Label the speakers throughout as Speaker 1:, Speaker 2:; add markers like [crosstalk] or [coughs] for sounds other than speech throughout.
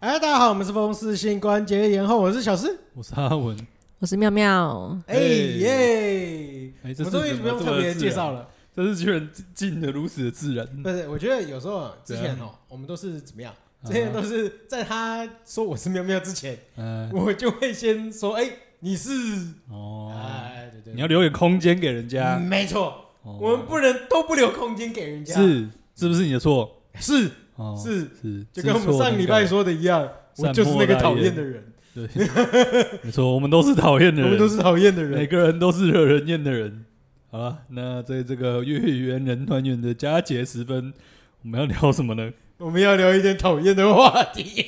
Speaker 1: 哎家，我们是风湿性关节炎后，我是小诗。
Speaker 2: 我是阿文。
Speaker 3: 我是妙妙，
Speaker 1: 哎
Speaker 2: 哎
Speaker 1: 耶！
Speaker 2: 哎，
Speaker 1: 我
Speaker 2: 这
Speaker 1: 们
Speaker 2: 是
Speaker 1: 终于不用特别介绍
Speaker 2: 了，
Speaker 1: 了。
Speaker 2: 这是居然进的如此的自然。
Speaker 1: 不是，我觉得有时候啊之前
Speaker 2: 怎
Speaker 1: 哦，我们都是怎么样？
Speaker 2: 啊
Speaker 1: 之前都是在他说我是喵喵之前，
Speaker 2: 嗯，
Speaker 1: 我就会先说：“哎，你是……
Speaker 2: [laughs] 哦，
Speaker 1: 哎，对对，
Speaker 2: 你要留点空间给人家
Speaker 1: 嗯。没错，
Speaker 2: 哦
Speaker 1: 我们不能都不留空间给人家。
Speaker 2: 是是不是你的错？
Speaker 1: 是
Speaker 2: 哦，
Speaker 1: 是，
Speaker 2: 是，
Speaker 1: 就跟我们上礼拜
Speaker 2: 说，
Speaker 1: 说的一样，
Speaker 2: 散
Speaker 1: 我
Speaker 2: 播
Speaker 1: 就是那个
Speaker 2: 大
Speaker 1: 讨厌
Speaker 2: 烟
Speaker 1: 的人，
Speaker 2: 对， [laughs] 没错，我们都是讨厌的
Speaker 1: 我
Speaker 2: 人，
Speaker 1: 们都是讨厌的人
Speaker 2: 每。个人都是惹人厌的人。好了，那在这个月圆人团圆的佳节时分，我们要聊什么呢？
Speaker 1: 我们要聊一点讨厌的话题、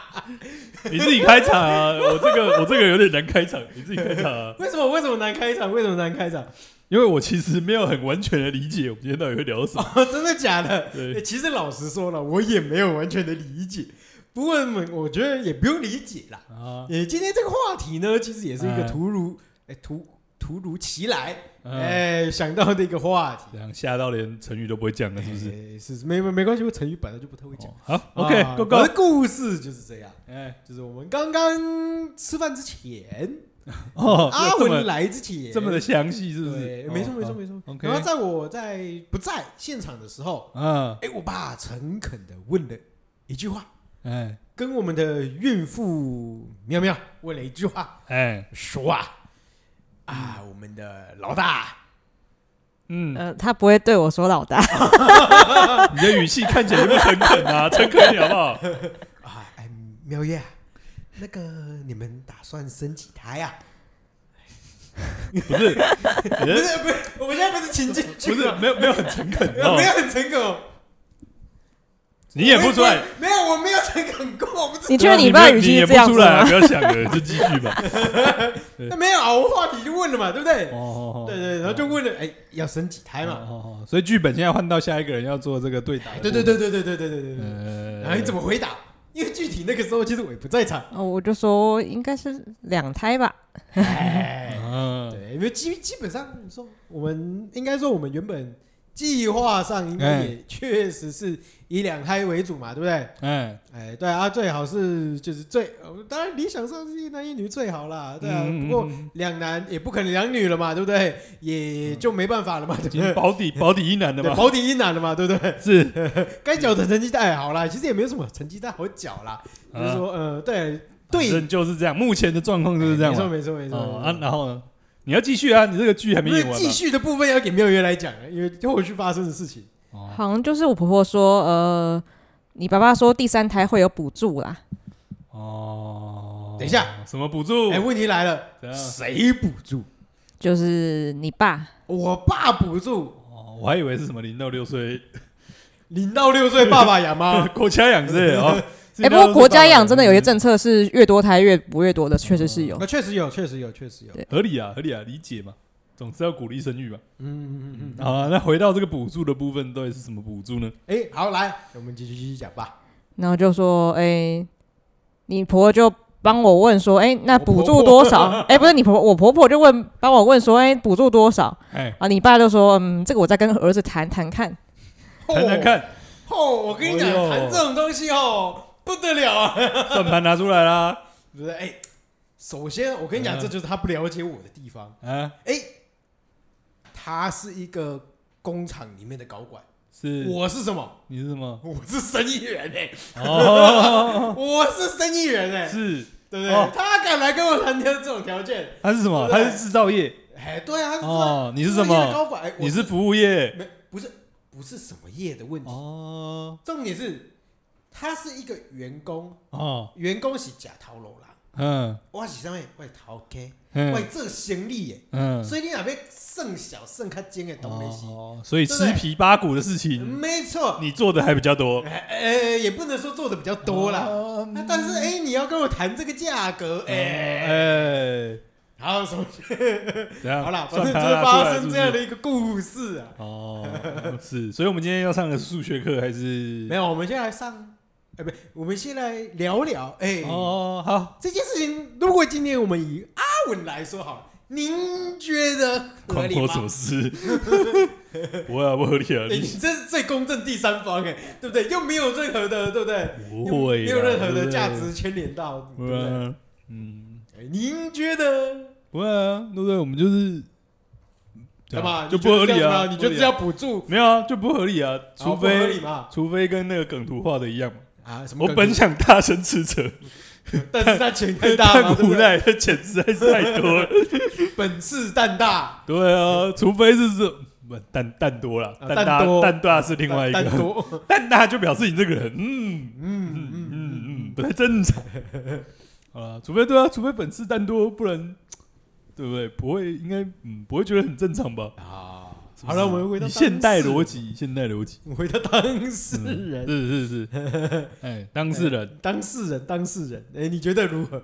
Speaker 1: [laughs]
Speaker 2: 你自己开场啊！我这个我这个有点难开场，你自己开场啊！
Speaker 1: 为什么？为什么难开场？为什么难开场？
Speaker 2: 因为我其实没有很完全的理解我们今天到底会聊什么。
Speaker 1: 哦， [laughs] 真的假的？欸 [laughs]
Speaker 2: 对，
Speaker 1: 其实老实说了，我也没有完全的理解。不过我我觉得也不用理解啦。
Speaker 2: 啊，
Speaker 1: 也今天这个话题呢，其实也是一个
Speaker 2: 哎
Speaker 1: 突如哎、突突如其来
Speaker 2: 嗯
Speaker 1: 哎、想到的一个话题。
Speaker 2: 这样吓到连成语都不会讲了，是不是？
Speaker 1: 哎是没没没关系，我成语本来就不太会讲啊
Speaker 2: 哦。好，OK，Go
Speaker 1: 我
Speaker 2: Go！
Speaker 1: 的故事就是这样，
Speaker 2: 哎，
Speaker 1: 就是我们刚刚吃饭之前，
Speaker 2: 哦，
Speaker 1: 阿
Speaker 2: 这
Speaker 1: 文
Speaker 2: 么
Speaker 1: 来之前，
Speaker 2: 这么的详细，是不
Speaker 1: 对，
Speaker 2: 是？
Speaker 1: 没错
Speaker 2: 哦
Speaker 1: 没错。没错。
Speaker 2: OK
Speaker 1: 然后在我在不在现场的时候，
Speaker 2: 嗯，
Speaker 1: 哎，我爸诚恳的问了一句话，
Speaker 2: 哎
Speaker 1: 跟我们的孕妇喵喵问了一句话，
Speaker 2: 哎，
Speaker 1: 说啊啊，我们的老大， [laughs]
Speaker 2: 嗯，
Speaker 3: 呃，他不会对我说老大， [laughs]
Speaker 2: 你的语气看起来就不诚恳啊，诚恳一点好不
Speaker 1: [laughs]
Speaker 2: 好？
Speaker 1: 啊，哎，喵耶啊，那个你们打算生几胎啊？
Speaker 2: 不是，
Speaker 1: 不是不是，我们现在不是情境剧
Speaker 2: 不是，
Speaker 1: 哦，
Speaker 2: 没有没有很诚恳，
Speaker 1: 没有
Speaker 2: 哦
Speaker 1: 没有很诚恳哦，
Speaker 2: 你演不出来
Speaker 1: 我，也，没有我没有诚恳过，我不知
Speaker 3: 你
Speaker 2: 对
Speaker 3: 确
Speaker 2: 啊
Speaker 3: 定你爸
Speaker 2: 没有
Speaker 3: 语
Speaker 2: 你
Speaker 3: 气
Speaker 2: 演
Speaker 3: 是
Speaker 2: 不
Speaker 3: 这样
Speaker 2: 出
Speaker 3: 子
Speaker 2: 来啊，
Speaker 3: 吗
Speaker 2: 不？要想了，就继
Speaker 1: [laughs]
Speaker 2: 续吧。
Speaker 1: 那没有啊，我话题就问了嘛，对不对？
Speaker 2: 哦
Speaker 1: 对对，然后就问了，哎，要生几胎嘛？
Speaker 2: 嘛。所以剧本现在换到下一个人要做这个对答。
Speaker 1: 对对对，对对对对对对对。
Speaker 2: 呃
Speaker 1: 然后你怎么回答？因为具体那个时候其实我也不在
Speaker 2: [laughs]
Speaker 1: 场。
Speaker 3: 哦，我就说应该是两胎吧，
Speaker 1: 哎，
Speaker 2: 啊？
Speaker 1: 对，因为基基本上说，我们应该说我们原本计划上应该
Speaker 2: 哎
Speaker 1: 也确实是以两胎为主嘛，对不对？
Speaker 2: 哎，
Speaker 1: 哎，对啊，最好是就是最，呃当然理想上是一男一女最好啦，对啊。
Speaker 2: 嗯
Speaker 1: 不过
Speaker 2: 嗯嗯
Speaker 1: 两男也不可能两女了嘛，对不对？也就没办法了嘛，对不
Speaker 2: 已经
Speaker 1: 对？
Speaker 2: 保底保底一男的
Speaker 1: 对，
Speaker 2: 嘛，
Speaker 1: 保底一男了嘛，对不对？
Speaker 2: 是
Speaker 1: 该缴的成绩单也哎好啦，其实也没有什么成绩单好缴啦，就
Speaker 2: 啊
Speaker 1: 是说，呃，对
Speaker 2: 反
Speaker 1: [laughs] 对，
Speaker 2: 正就是这样，目前的状况就是这样
Speaker 1: 没错
Speaker 2: 嘛。
Speaker 1: 没错没错
Speaker 2: 哦
Speaker 1: 没
Speaker 2: 啊，
Speaker 1: 错
Speaker 2: 然后呢？你要继续啊，你这个剧还没
Speaker 1: 因为
Speaker 2: 演完
Speaker 1: 继
Speaker 2: 嘛。
Speaker 1: 续的部分要给妙月来讲，因为后续发生的事情。
Speaker 2: 哦
Speaker 3: 好像就是我婆婆说，呃，你爸爸说第三胎会有补助啦，
Speaker 2: 哦，
Speaker 1: 等一下，
Speaker 2: 什么补助？
Speaker 1: 哎，问题来了，
Speaker 2: 怎样
Speaker 1: 谁补助？
Speaker 3: 就是你爸，
Speaker 1: 我爸补助，
Speaker 2: 哦，我还以为是什么零到六岁
Speaker 1: 零到六岁爸爸养
Speaker 2: [laughs]
Speaker 1: 吗？
Speaker 2: 国家养之类的哦。
Speaker 3: 哎、
Speaker 2: [laughs]
Speaker 3: 不过国家养真的
Speaker 1: 嗯
Speaker 3: 有些
Speaker 2: 政
Speaker 3: 政策是越多胎越补越多的，确实是有。
Speaker 1: 那确实有，确实有，确实有。
Speaker 3: 对
Speaker 2: 合理啊，合理啊，理解嘛，总是要鼓励生育嘛。
Speaker 1: 嗯嗯嗯嗯。
Speaker 2: 好啊，那回到这个补助的部分，到底是什么补助呢？
Speaker 1: 哎，好，来，我们继续继续讲吧。
Speaker 3: 然后就说，哎、你婆婆就帮我问说，哎、那
Speaker 1: 我婆
Speaker 3: 补
Speaker 1: 婆
Speaker 3: 助多
Speaker 1: [laughs]
Speaker 3: 少？哎、不是你婆婆，我婆婆就问帮我问说，哎、补助多少？
Speaker 2: 哎，
Speaker 3: 啊，你爸就说，嗯，这个我再跟儿子谈谈看。
Speaker 2: 谈谈 [laughs] 看，
Speaker 1: 哦，我跟你讲
Speaker 2: 哎，呦
Speaker 1: 谈这种东西哦，不得了
Speaker 2: [laughs]
Speaker 1: 啊！
Speaker 2: 算盘拿出来啦。
Speaker 1: 不是，哎，首先我跟你讲，
Speaker 2: 嗯
Speaker 1: 这就是他不了解我的地方。
Speaker 2: 啊，
Speaker 1: 哎，他是一个工厂里面的高管，
Speaker 2: 是，
Speaker 1: 我是什么？
Speaker 2: 你是什
Speaker 1: [laughs]
Speaker 2: 么？
Speaker 1: 我是生意人哎、
Speaker 2: 哦，
Speaker 1: 我是生意人哎、
Speaker 2: 是，
Speaker 1: 对不对？
Speaker 2: 哦
Speaker 1: 他敢来跟我谈这种条件，
Speaker 2: 他是什么？他是制造业。
Speaker 1: 哎，对啊，他是
Speaker 2: 哦，你
Speaker 1: 你
Speaker 2: 是什么？
Speaker 1: 高管，哎我
Speaker 2: 你是服务业。
Speaker 1: 没不是不是什么业的问题，
Speaker 2: 哦，
Speaker 1: 重点是他是一个员工，
Speaker 2: 哦，
Speaker 1: 员工是假头路啦，
Speaker 2: 嗯，
Speaker 1: 我是啥物？我是头家，我是
Speaker 2: 嗯，
Speaker 1: 做生意的，
Speaker 2: 嗯，
Speaker 1: 所以你若要算小算较精的东西，
Speaker 2: 哦，所以
Speaker 1: 对不
Speaker 2: 吃
Speaker 1: 对
Speaker 2: 皮扒骨的事情，
Speaker 1: 没错，
Speaker 2: 你做的还比较多。
Speaker 1: 哎哎，也不能说做的比较多啦。
Speaker 2: 哦
Speaker 1: 啊但是哎、你要跟我谈这个价格，哎、
Speaker 2: 嗯哎，
Speaker 1: 好，首先
Speaker 2: 怎样？
Speaker 1: 好啦，反
Speaker 2: 啊算
Speaker 1: 正就是
Speaker 2: 盘拿出
Speaker 1: 发
Speaker 2: 来
Speaker 1: 生
Speaker 2: 是不
Speaker 1: 这样
Speaker 2: 是
Speaker 1: 的一个故事啊。
Speaker 2: 哦，是，所以我们今天要上的数学课还是
Speaker 1: 没有，我们现在来上，哎、不，我们先来聊聊，哎、
Speaker 2: 哦，好，
Speaker 1: 这件事情，如果今天我们以阿文来说好了，您觉得合
Speaker 2: 关
Speaker 1: 理
Speaker 2: 我
Speaker 1: 吗
Speaker 2: 什？么事？ [laughs] 不会啊，不合理啊，
Speaker 1: 哎、
Speaker 2: 你
Speaker 1: 你这是最公正第三方哎、对不对？又没有任何的，对不对？
Speaker 2: 不会啊，
Speaker 1: 没有任何的
Speaker 2: 对不对
Speaker 1: 价值，牵连到，对不
Speaker 2: 不会
Speaker 1: 对？
Speaker 2: 啊，嗯，
Speaker 1: 哎您觉得
Speaker 2: 不会啊，对不对？我们就是
Speaker 1: 干嘛？
Speaker 2: 就不合理啊，
Speaker 1: 你
Speaker 2: 不合
Speaker 1: 就
Speaker 2: 理
Speaker 1: 是
Speaker 2: 啊
Speaker 1: 要补助，
Speaker 2: 没有啊，就不合理啊，
Speaker 1: 好
Speaker 2: 除
Speaker 1: 不合
Speaker 2: 非
Speaker 1: 理嘛？
Speaker 2: 除非跟那个梗图画的一样嘛。
Speaker 1: 啊，什么
Speaker 2: 我
Speaker 1: 梗
Speaker 2: 本
Speaker 1: 图，
Speaker 2: 想大声斥责，
Speaker 1: 但是他钱太大嘛，
Speaker 2: [laughs]
Speaker 1: 对
Speaker 2: 但
Speaker 1: 不
Speaker 2: 古
Speaker 1: 对？
Speaker 2: 代的钱实在是太多
Speaker 1: [laughs]
Speaker 2: 了。
Speaker 1: 本事蛋大，
Speaker 2: 对啊，除非是这不蛋蛋多了，
Speaker 1: 啊
Speaker 2: 蛋大
Speaker 1: 蛋多
Speaker 2: 蛋大是另外一
Speaker 1: 蛋
Speaker 2: 个，
Speaker 1: 多，
Speaker 2: 蛋大就表示你这个人，嗯
Speaker 1: 嗯
Speaker 2: 嗯
Speaker 1: 嗯
Speaker 2: 嗯
Speaker 1: 嗯
Speaker 2: 嗯，不太
Speaker 1: [laughs]
Speaker 2: 正常。好了，除非对啊，除非本事蛋多，不然对不对？不会，应该嗯不会觉得很正常吧？
Speaker 1: 嗯啊。
Speaker 2: 是不
Speaker 1: 好
Speaker 2: 是
Speaker 1: 了，我们回到
Speaker 2: 以现代
Speaker 1: 当事
Speaker 2: 逻辑，现代逻辑，
Speaker 1: 我回到当事
Speaker 2: 嗯
Speaker 1: 人，
Speaker 2: 是是是， [laughs] 哎，当事人。
Speaker 1: 当事人，当事人，哎、你觉得如何？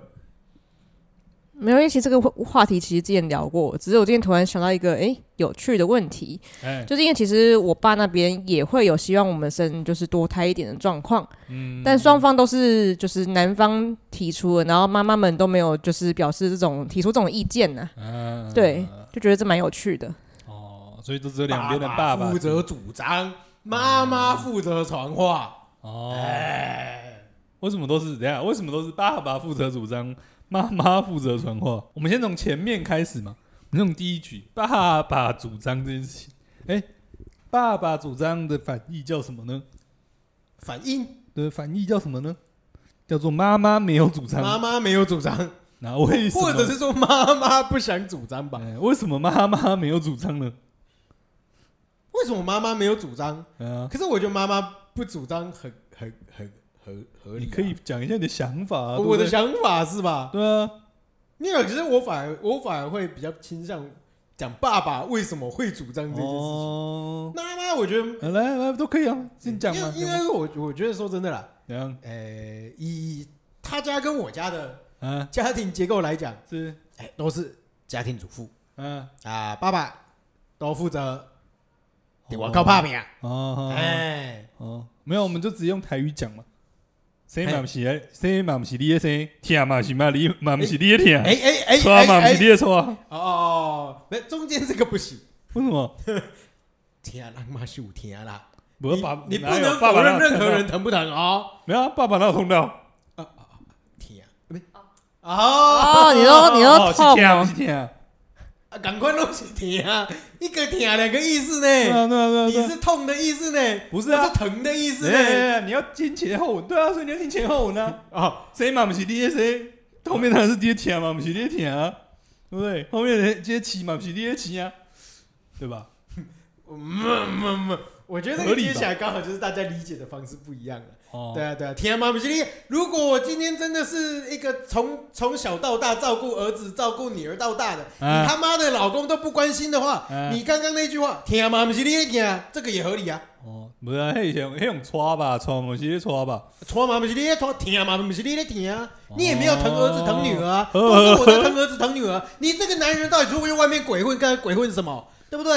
Speaker 3: 没有，因为其实这个话话题其实之前聊过，只是我今天突然想到一个诶有趣的问题，
Speaker 2: 哎，
Speaker 3: 就是因为其实我爸那边也会有希望我们生就是多胎一点的状况，
Speaker 2: 嗯
Speaker 3: 但双方都是就是男方提出的，然后妈妈们都没有就是表示这种提出这种意见呢、
Speaker 2: 啊
Speaker 3: 对，就觉得这蛮有趣的。
Speaker 2: 哦，所以都只有两边的爸爸
Speaker 1: 负责主张，妈妈负责传话。
Speaker 2: 哦。
Speaker 1: 哎、
Speaker 2: 为什么都是这样？为什么都是爸爸负责主张，妈妈负责传话？我们先从前面开始嘛，我们从第一局，爸爸主张这件事情。哎，爸爸主张的反义叫什么呢？
Speaker 1: 反应
Speaker 2: 的反义叫什么呢？叫做妈妈没有主
Speaker 1: 妈
Speaker 2: 张。
Speaker 1: 妈没有主张，
Speaker 2: 那为什么？
Speaker 1: 或者是说妈妈不想主张吧？
Speaker 2: 哎为什么妈妈没有主张呢？
Speaker 1: 为什么妈妈没有主张？
Speaker 2: 啊，
Speaker 1: 可是我觉得妈妈不主张很很很很合理、
Speaker 2: 你可以，讲一下你的想法
Speaker 1: 我
Speaker 2: 啊。
Speaker 1: 的
Speaker 2: 对不对
Speaker 1: 想法是吧？
Speaker 2: 对啊，
Speaker 1: 没有，可是我反而我反而会比较倾向讲爸爸为什么会主张这件事情。
Speaker 2: 哦
Speaker 1: 那妈妈，我觉得
Speaker 2: 啊来来都可以啊，先讲嘛，
Speaker 1: 因为因为我我觉得说真的啦，
Speaker 2: 怎样
Speaker 1: 呃，以他家跟我家的
Speaker 2: 啊？
Speaker 1: 家庭结构来讲，
Speaker 2: 是
Speaker 1: 哎，都是家庭主妇
Speaker 2: 啊，
Speaker 1: 啊、爸爸都负责给我靠爸啊爸呀，
Speaker 2: 哦，哎
Speaker 1: 哎，
Speaker 2: 哦，没有，我们就只用台语讲嘛。谁
Speaker 1: 嘿
Speaker 2: 嘛不是的，谁嘛不是你的谁，听嘛是嘛你嘛不是你的听，
Speaker 1: 哎哎哎
Speaker 2: 错
Speaker 1: 哎
Speaker 2: 嘛不是
Speaker 1: 哎，
Speaker 2: 你的错，
Speaker 1: 哦哦，那中间这个不行，
Speaker 2: 为什么？
Speaker 1: 天啊，妈是有天啊啦，
Speaker 2: 不是爸，
Speaker 1: 你你不
Speaker 2: 哪有
Speaker 1: 能
Speaker 2: 爸
Speaker 1: 否
Speaker 2: 爸
Speaker 1: 认任何
Speaker 2: 哪有通道
Speaker 1: 人，疼不疼哦。
Speaker 2: [laughs] 没有啊爸爸哪有通道？
Speaker 1: 天啊，不是哦
Speaker 3: 哦你说你说
Speaker 2: 哦
Speaker 3: 痛
Speaker 2: 是
Speaker 3: 哦
Speaker 2: 听是听，
Speaker 1: [laughs] 啊赶快弄是天啊，一个天啊两个意思
Speaker 2: 对
Speaker 1: 呢，
Speaker 2: 啊对啊对啊
Speaker 1: 你
Speaker 2: 对啊，
Speaker 1: 是痛的意思呢，
Speaker 2: 不是啊
Speaker 1: 我是疼的意思
Speaker 2: 哎哎
Speaker 1: 呢，
Speaker 2: 哎你要听前后文，对啊，所以你要听前后文啊。
Speaker 1: 哦，
Speaker 2: 谁嘛不是你的谁，后面当然是你的听嘛，不是你的听啊，对不对？后面的这些骑嘛不是你的骑啊，对吧？
Speaker 1: 嗯嗯嗯，我觉得这
Speaker 2: 合
Speaker 1: 个
Speaker 2: 理吧
Speaker 1: 接下来刚好就是大家理解的方式不一样了。
Speaker 2: 哦
Speaker 1: 对啊，对啊，天啊妈不吉利。如果我今天真的是一个从从小到大照顾儿子、照顾女儿到大的，
Speaker 2: 啊
Speaker 1: 你他妈的老公都不关心的话，
Speaker 2: 啊
Speaker 1: 你刚刚那句话“天啊妈不吉利天啊”，这个也合理啊。
Speaker 2: 哦，不是啊，那用那用抓吧，抓嘛是咧抓吧，
Speaker 1: 错妈不吉利，错天啊妈不吉利天啊，你也没有疼儿子疼女儿啊，
Speaker 2: 哦
Speaker 1: 都是我在疼儿子疼女儿。你这个男人到底出去外面鬼混，干鬼混什么？对不
Speaker 2: [laughs]
Speaker 1: 对？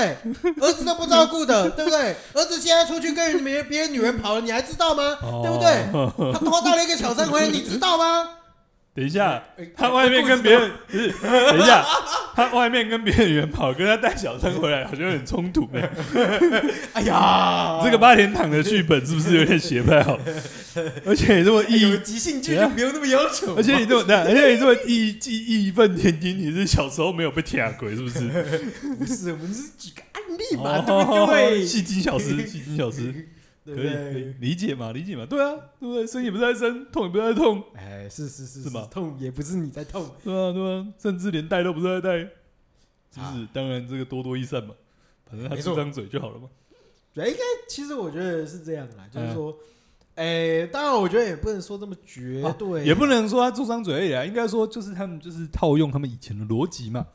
Speaker 1: 儿子都不照顾的，对不对？儿子现在出去跟别人别人女人跑了，你还知道吗？
Speaker 2: 哦
Speaker 1: 对不对？ [laughs]
Speaker 2: 对？
Speaker 1: 他偷到了一个小三回来，你知道吗？
Speaker 2: 等一下
Speaker 1: 哎，
Speaker 2: [laughs] 他外面跟别
Speaker 1: [laughs]
Speaker 2: 人不是，等一下，他外面跟别人远跑，跟他带小三回来，好像有点冲突哎。
Speaker 1: 哎呀，
Speaker 2: 这个八点档的剧本是不是有点写不太好？而且这么
Speaker 1: 哎有
Speaker 2: 意，
Speaker 1: 即兴剧就不用那么要求嘛，
Speaker 2: [laughs] 而且你这么，等一下而且你这么义义义愤填膺，你是小时候没有被舔过是不是？
Speaker 1: 不是我们是举个案例嘛，
Speaker 2: 哦，
Speaker 1: 对不对？
Speaker 2: 戏精 [laughs]
Speaker 1: [laughs]
Speaker 2: 小时，戏精小时，
Speaker 1: 对
Speaker 2: 可
Speaker 1: 不
Speaker 2: 以可以
Speaker 1: 对？
Speaker 2: 理解嘛？理解嘛？对啊，对不对？生也不是在生，痛也不是在痛，
Speaker 1: 哎，是是是
Speaker 2: 是吧
Speaker 1: 痛也不是你在痛，
Speaker 2: 对啊对啊，甚至连带都不是在带，是不是
Speaker 1: 啊？
Speaker 2: 当然这个多多益善嘛，反正他
Speaker 1: 没错
Speaker 2: 出张嘴就好了嘛。
Speaker 1: 对，应该其实我觉得是这样啦，
Speaker 2: 嗯
Speaker 1: 就是说，哎，当然我觉得也不能说这么绝对，
Speaker 2: 啊也不能说他出张嘴而已啊，应该说就是他们就是套用他们以前的逻辑嘛。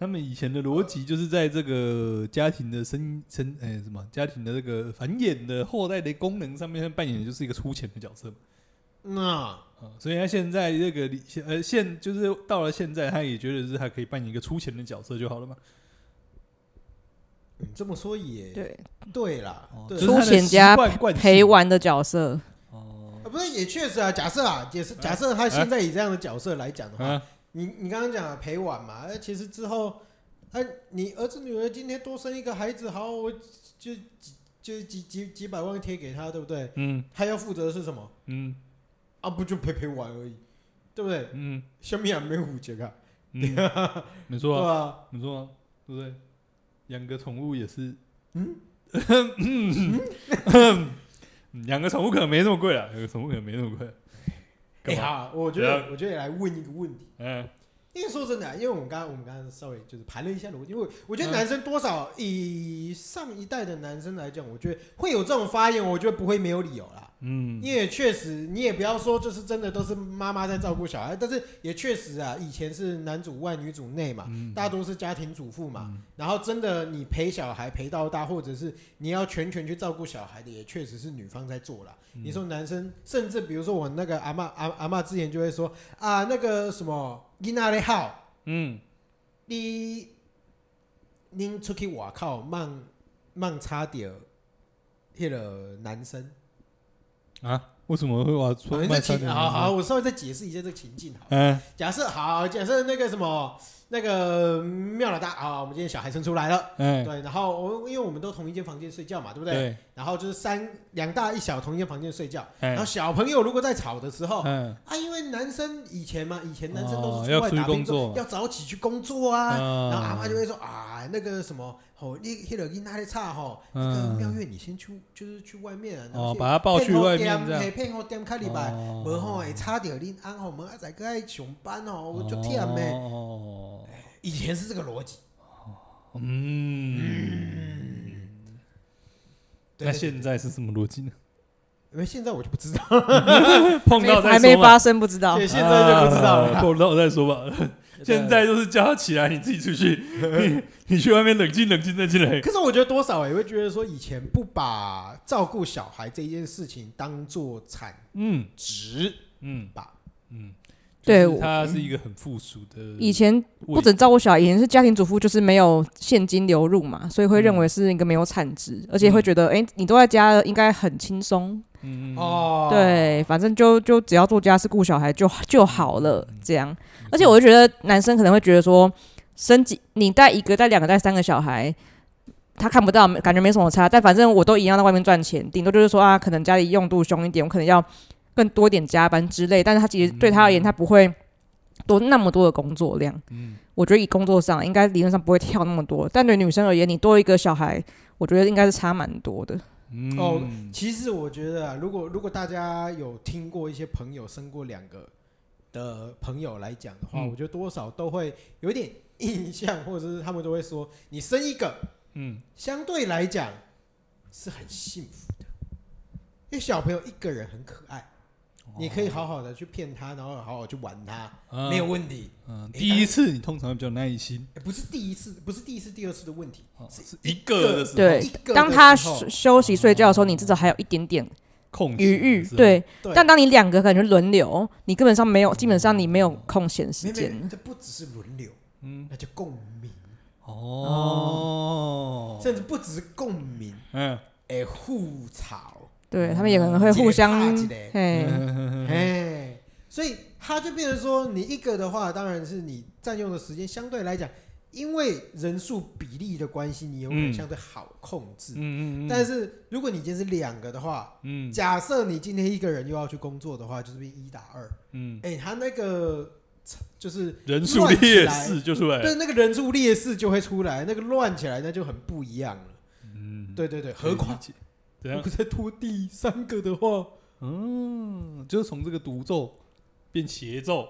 Speaker 2: 他们以前的逻辑就是在这个家庭的生生哎什么家庭的这个繁衍的后代的功能上面，他扮演的就是一个出钱的角色嘛。
Speaker 1: 那
Speaker 2: 啊，所以他现在这个理现呃现就是到了现在，他也觉得是他可以扮演一个出钱的角色就好了嘛。
Speaker 1: 你这么说也
Speaker 3: 对，
Speaker 1: 对啦
Speaker 2: 哦，
Speaker 1: 对
Speaker 2: 就是
Speaker 1: 啦。
Speaker 2: 他的
Speaker 3: 出钱加
Speaker 2: 习惯惯性
Speaker 3: 陪玩的角色，
Speaker 2: 哦哎
Speaker 1: 啊不是，也确实啊。假设啊，也是假设他现在以这样的角色来讲的话，
Speaker 2: 啊
Speaker 1: 你你刚刚讲了陪晚嘛，那其实之后，哎、你儿子女儿今天多生一个孩子，好，我就几就几几几百万贴给他，对不对？
Speaker 2: 嗯
Speaker 1: 他要负责的是什么？
Speaker 2: 嗯
Speaker 1: 啊，不就陪陪玩而已，对不对？
Speaker 2: 嗯
Speaker 1: 下面还没有节啊，
Speaker 2: 嗯，
Speaker 1: 对
Speaker 2: 没错啊，
Speaker 1: 吧？
Speaker 2: 没错啊，对不对？养个宠物也是，
Speaker 1: 嗯
Speaker 2: 嗯， [laughs] 养个宠物可能没那么贵了，养个宠物可能没那么贵。
Speaker 1: 哎
Speaker 2: 干嘛？
Speaker 1: 呀，我觉
Speaker 2: 对啊
Speaker 1: 得我觉得也来问一个问题，
Speaker 2: 嗯
Speaker 1: 因为说真的啊，因为我们刚刚我们刚刚稍微就是盘了一下逻辑，因为我觉得
Speaker 2: 嗯
Speaker 1: 男生多少以上一代的男生来讲，我觉得会有这种发言，我觉得不会没有理由啦。
Speaker 2: 嗯，
Speaker 1: 因为确实，你也不要说就是真的都是妈妈在照顾小孩，但是也确实啊，以前是男主外女主内嘛，
Speaker 2: 嗯
Speaker 1: 大家都是家庭主妇嘛。然后真的你陪小孩陪到大，或者是你要全权去照顾小孩的，也确实是女方在做啦。
Speaker 2: 嗯
Speaker 1: 你说男生，甚至比如说我那个阿嬷阿阿嬷之前就会说啊，那个什么囡仔咧好，
Speaker 2: 嗯
Speaker 1: 你恁出去外口慢慢差点，迄个男生。
Speaker 2: 啊，为什么会把
Speaker 1: 我
Speaker 2: 出
Speaker 1: 们再
Speaker 2: 卖三
Speaker 1: 情
Speaker 2: 年？
Speaker 1: 哎好好，我稍微再解释一下这个情境好了。
Speaker 2: 嗯
Speaker 1: 假设好，假设那个什么，那个妙老大啊，我们今天小孩生出来了，
Speaker 2: 嗯，
Speaker 1: 对，然后我因为我们都同一间房间睡觉嘛，对不对？
Speaker 2: 对，
Speaker 1: 然后就是三两大一小同一间房间睡觉，然后
Speaker 2: 嗯
Speaker 1: 小朋友如果在吵的时候。
Speaker 2: 嗯
Speaker 1: 啊，因为男生以前嘛，以前男生都
Speaker 2: 哦
Speaker 1: 是
Speaker 2: 要
Speaker 1: 出外
Speaker 2: 出去
Speaker 1: 打
Speaker 2: 工
Speaker 1: 拼，
Speaker 2: 作嘛
Speaker 1: 要早起去工作啊。
Speaker 2: 嗯
Speaker 1: 然后阿妈就会说啊，那个什么，吼，你迄个囡仔咧差吼，那个
Speaker 2: 嗯
Speaker 1: 妙月你先去，就是去外面啊。然后
Speaker 2: 哦，
Speaker 1: 去
Speaker 2: 把他抱去外面这
Speaker 1: 嘿，
Speaker 2: 样。哦
Speaker 1: 骗我点开礼拜，无吼会差点恁翁吼，明仔载搁爱上班吼，我就忝诶。
Speaker 2: 哦，
Speaker 1: 以前是这个逻辑，
Speaker 2: 嗯，
Speaker 1: 对
Speaker 2: 那现在是什么逻辑呢？
Speaker 1: 因为现在我就不知
Speaker 2: [laughs]
Speaker 1: 道，
Speaker 2: 碰到
Speaker 3: 没
Speaker 2: 再
Speaker 3: 还没
Speaker 2: 说吧，
Speaker 3: 发生，不知道
Speaker 1: 对，。现在就不知道
Speaker 2: 啊
Speaker 1: 了。
Speaker 2: 碰到再说吧。现在就是叫他起来，你自己
Speaker 1: [laughs]
Speaker 2: 出去，你你去外面冷静冷静再进来。
Speaker 1: 可是我觉得多少也会觉得说，以前不把照顾小孩这件事情当做产
Speaker 2: 嗯
Speaker 1: 值
Speaker 2: 嗯
Speaker 1: 吧，
Speaker 2: 嗯，
Speaker 3: 对
Speaker 2: 就是
Speaker 3: 我嗯
Speaker 2: 它是一个很附属的位置。
Speaker 3: 以前不准照顾小孩，以前是家庭主妇，就是没有现金流入嘛，所以会认为是一个没有产值，而且会觉得，哎、你都在家了，应该很轻松。
Speaker 2: 嗯，嗯嗯
Speaker 1: 哦，，
Speaker 3: 对，反正就就只要做家事、顾小孩就就好了，这样。
Speaker 2: 嗯没错
Speaker 3: 而且我就觉得男生可能会觉得说，生几你带一个、带两个、带三个小孩，他看不到，感觉没什么差。但反正我都一样在外面赚钱，顶多就是说啊，可能家里用度凶一点，我可能要更多一点加班之类。但是他其实对他而言，他不会多那么多的工作量。
Speaker 2: 嗯
Speaker 3: 我觉得以工作上，应该理论上不会跳那么多。但对女生而言，你多一个小孩，我觉得应该是差蛮多的。
Speaker 2: 嗯
Speaker 1: 哦其实我觉得啊，如果如果大家有听过一些朋友生过两个的朋友来讲的话，
Speaker 2: 嗯
Speaker 1: 我觉得多少都会有一点印象，或者是他们都会说，你生一个
Speaker 2: 嗯
Speaker 1: 相对来讲是很幸福的，因为小朋友一个人很可爱，你可以好好的去骗他，然后好好去玩他，
Speaker 2: 哦嗯
Speaker 1: 没有问题。
Speaker 2: 嗯，第一次你通常会比较耐心，
Speaker 1: 哎不是第一次，不是第一次、第二次的问题，
Speaker 2: 哦
Speaker 1: 是
Speaker 2: 是一个的时候
Speaker 3: 对
Speaker 1: 一个，
Speaker 3: 当
Speaker 1: 的
Speaker 3: 他
Speaker 1: 时候
Speaker 3: 休休息睡觉的时候，你至少还有一点点
Speaker 2: 空
Speaker 3: 余
Speaker 2: 闲
Speaker 3: 裕
Speaker 2: 的时，候
Speaker 3: 对。
Speaker 1: 对，
Speaker 3: 但当你两个感觉轮流，你根本上没有，基本上你没有空闲时
Speaker 1: 没没
Speaker 3: 间
Speaker 1: 没，。这不只是轮流，
Speaker 2: 嗯
Speaker 1: 那叫共鸣，
Speaker 2: 哦，
Speaker 1: 甚至不只是共鸣，
Speaker 2: 嗯
Speaker 1: 哎，互吵，
Speaker 3: 对他们也可能会互相
Speaker 1: 一个一个，
Speaker 3: 嘿，
Speaker 2: 嗯
Speaker 1: 哎，所以他就变成说，你一个的话，当然是你占用的时间相对来讲，因为人数比例的关系，你有可能
Speaker 2: 嗯
Speaker 1: 相对好控制。
Speaker 2: 嗯嗯，
Speaker 1: 但
Speaker 2: 是
Speaker 1: 是如果你今天是两个的话，
Speaker 2: 嗯
Speaker 1: 假设你今天一个人又要去工作的话，就是变一打二。
Speaker 2: 嗯
Speaker 1: 哎、他那个就是
Speaker 2: 人数劣势就出来了，
Speaker 1: 对那个人数劣势就会出来，那个乱起来那就很不一样了。
Speaker 2: 嗯，
Speaker 1: 对对对，
Speaker 2: 可
Speaker 1: 何
Speaker 2: 以理
Speaker 1: 况
Speaker 2: 解，
Speaker 1: 如
Speaker 2: 怎样
Speaker 1: 果？再拖第三个的话，
Speaker 2: 嗯，就是从这个独奏变协奏，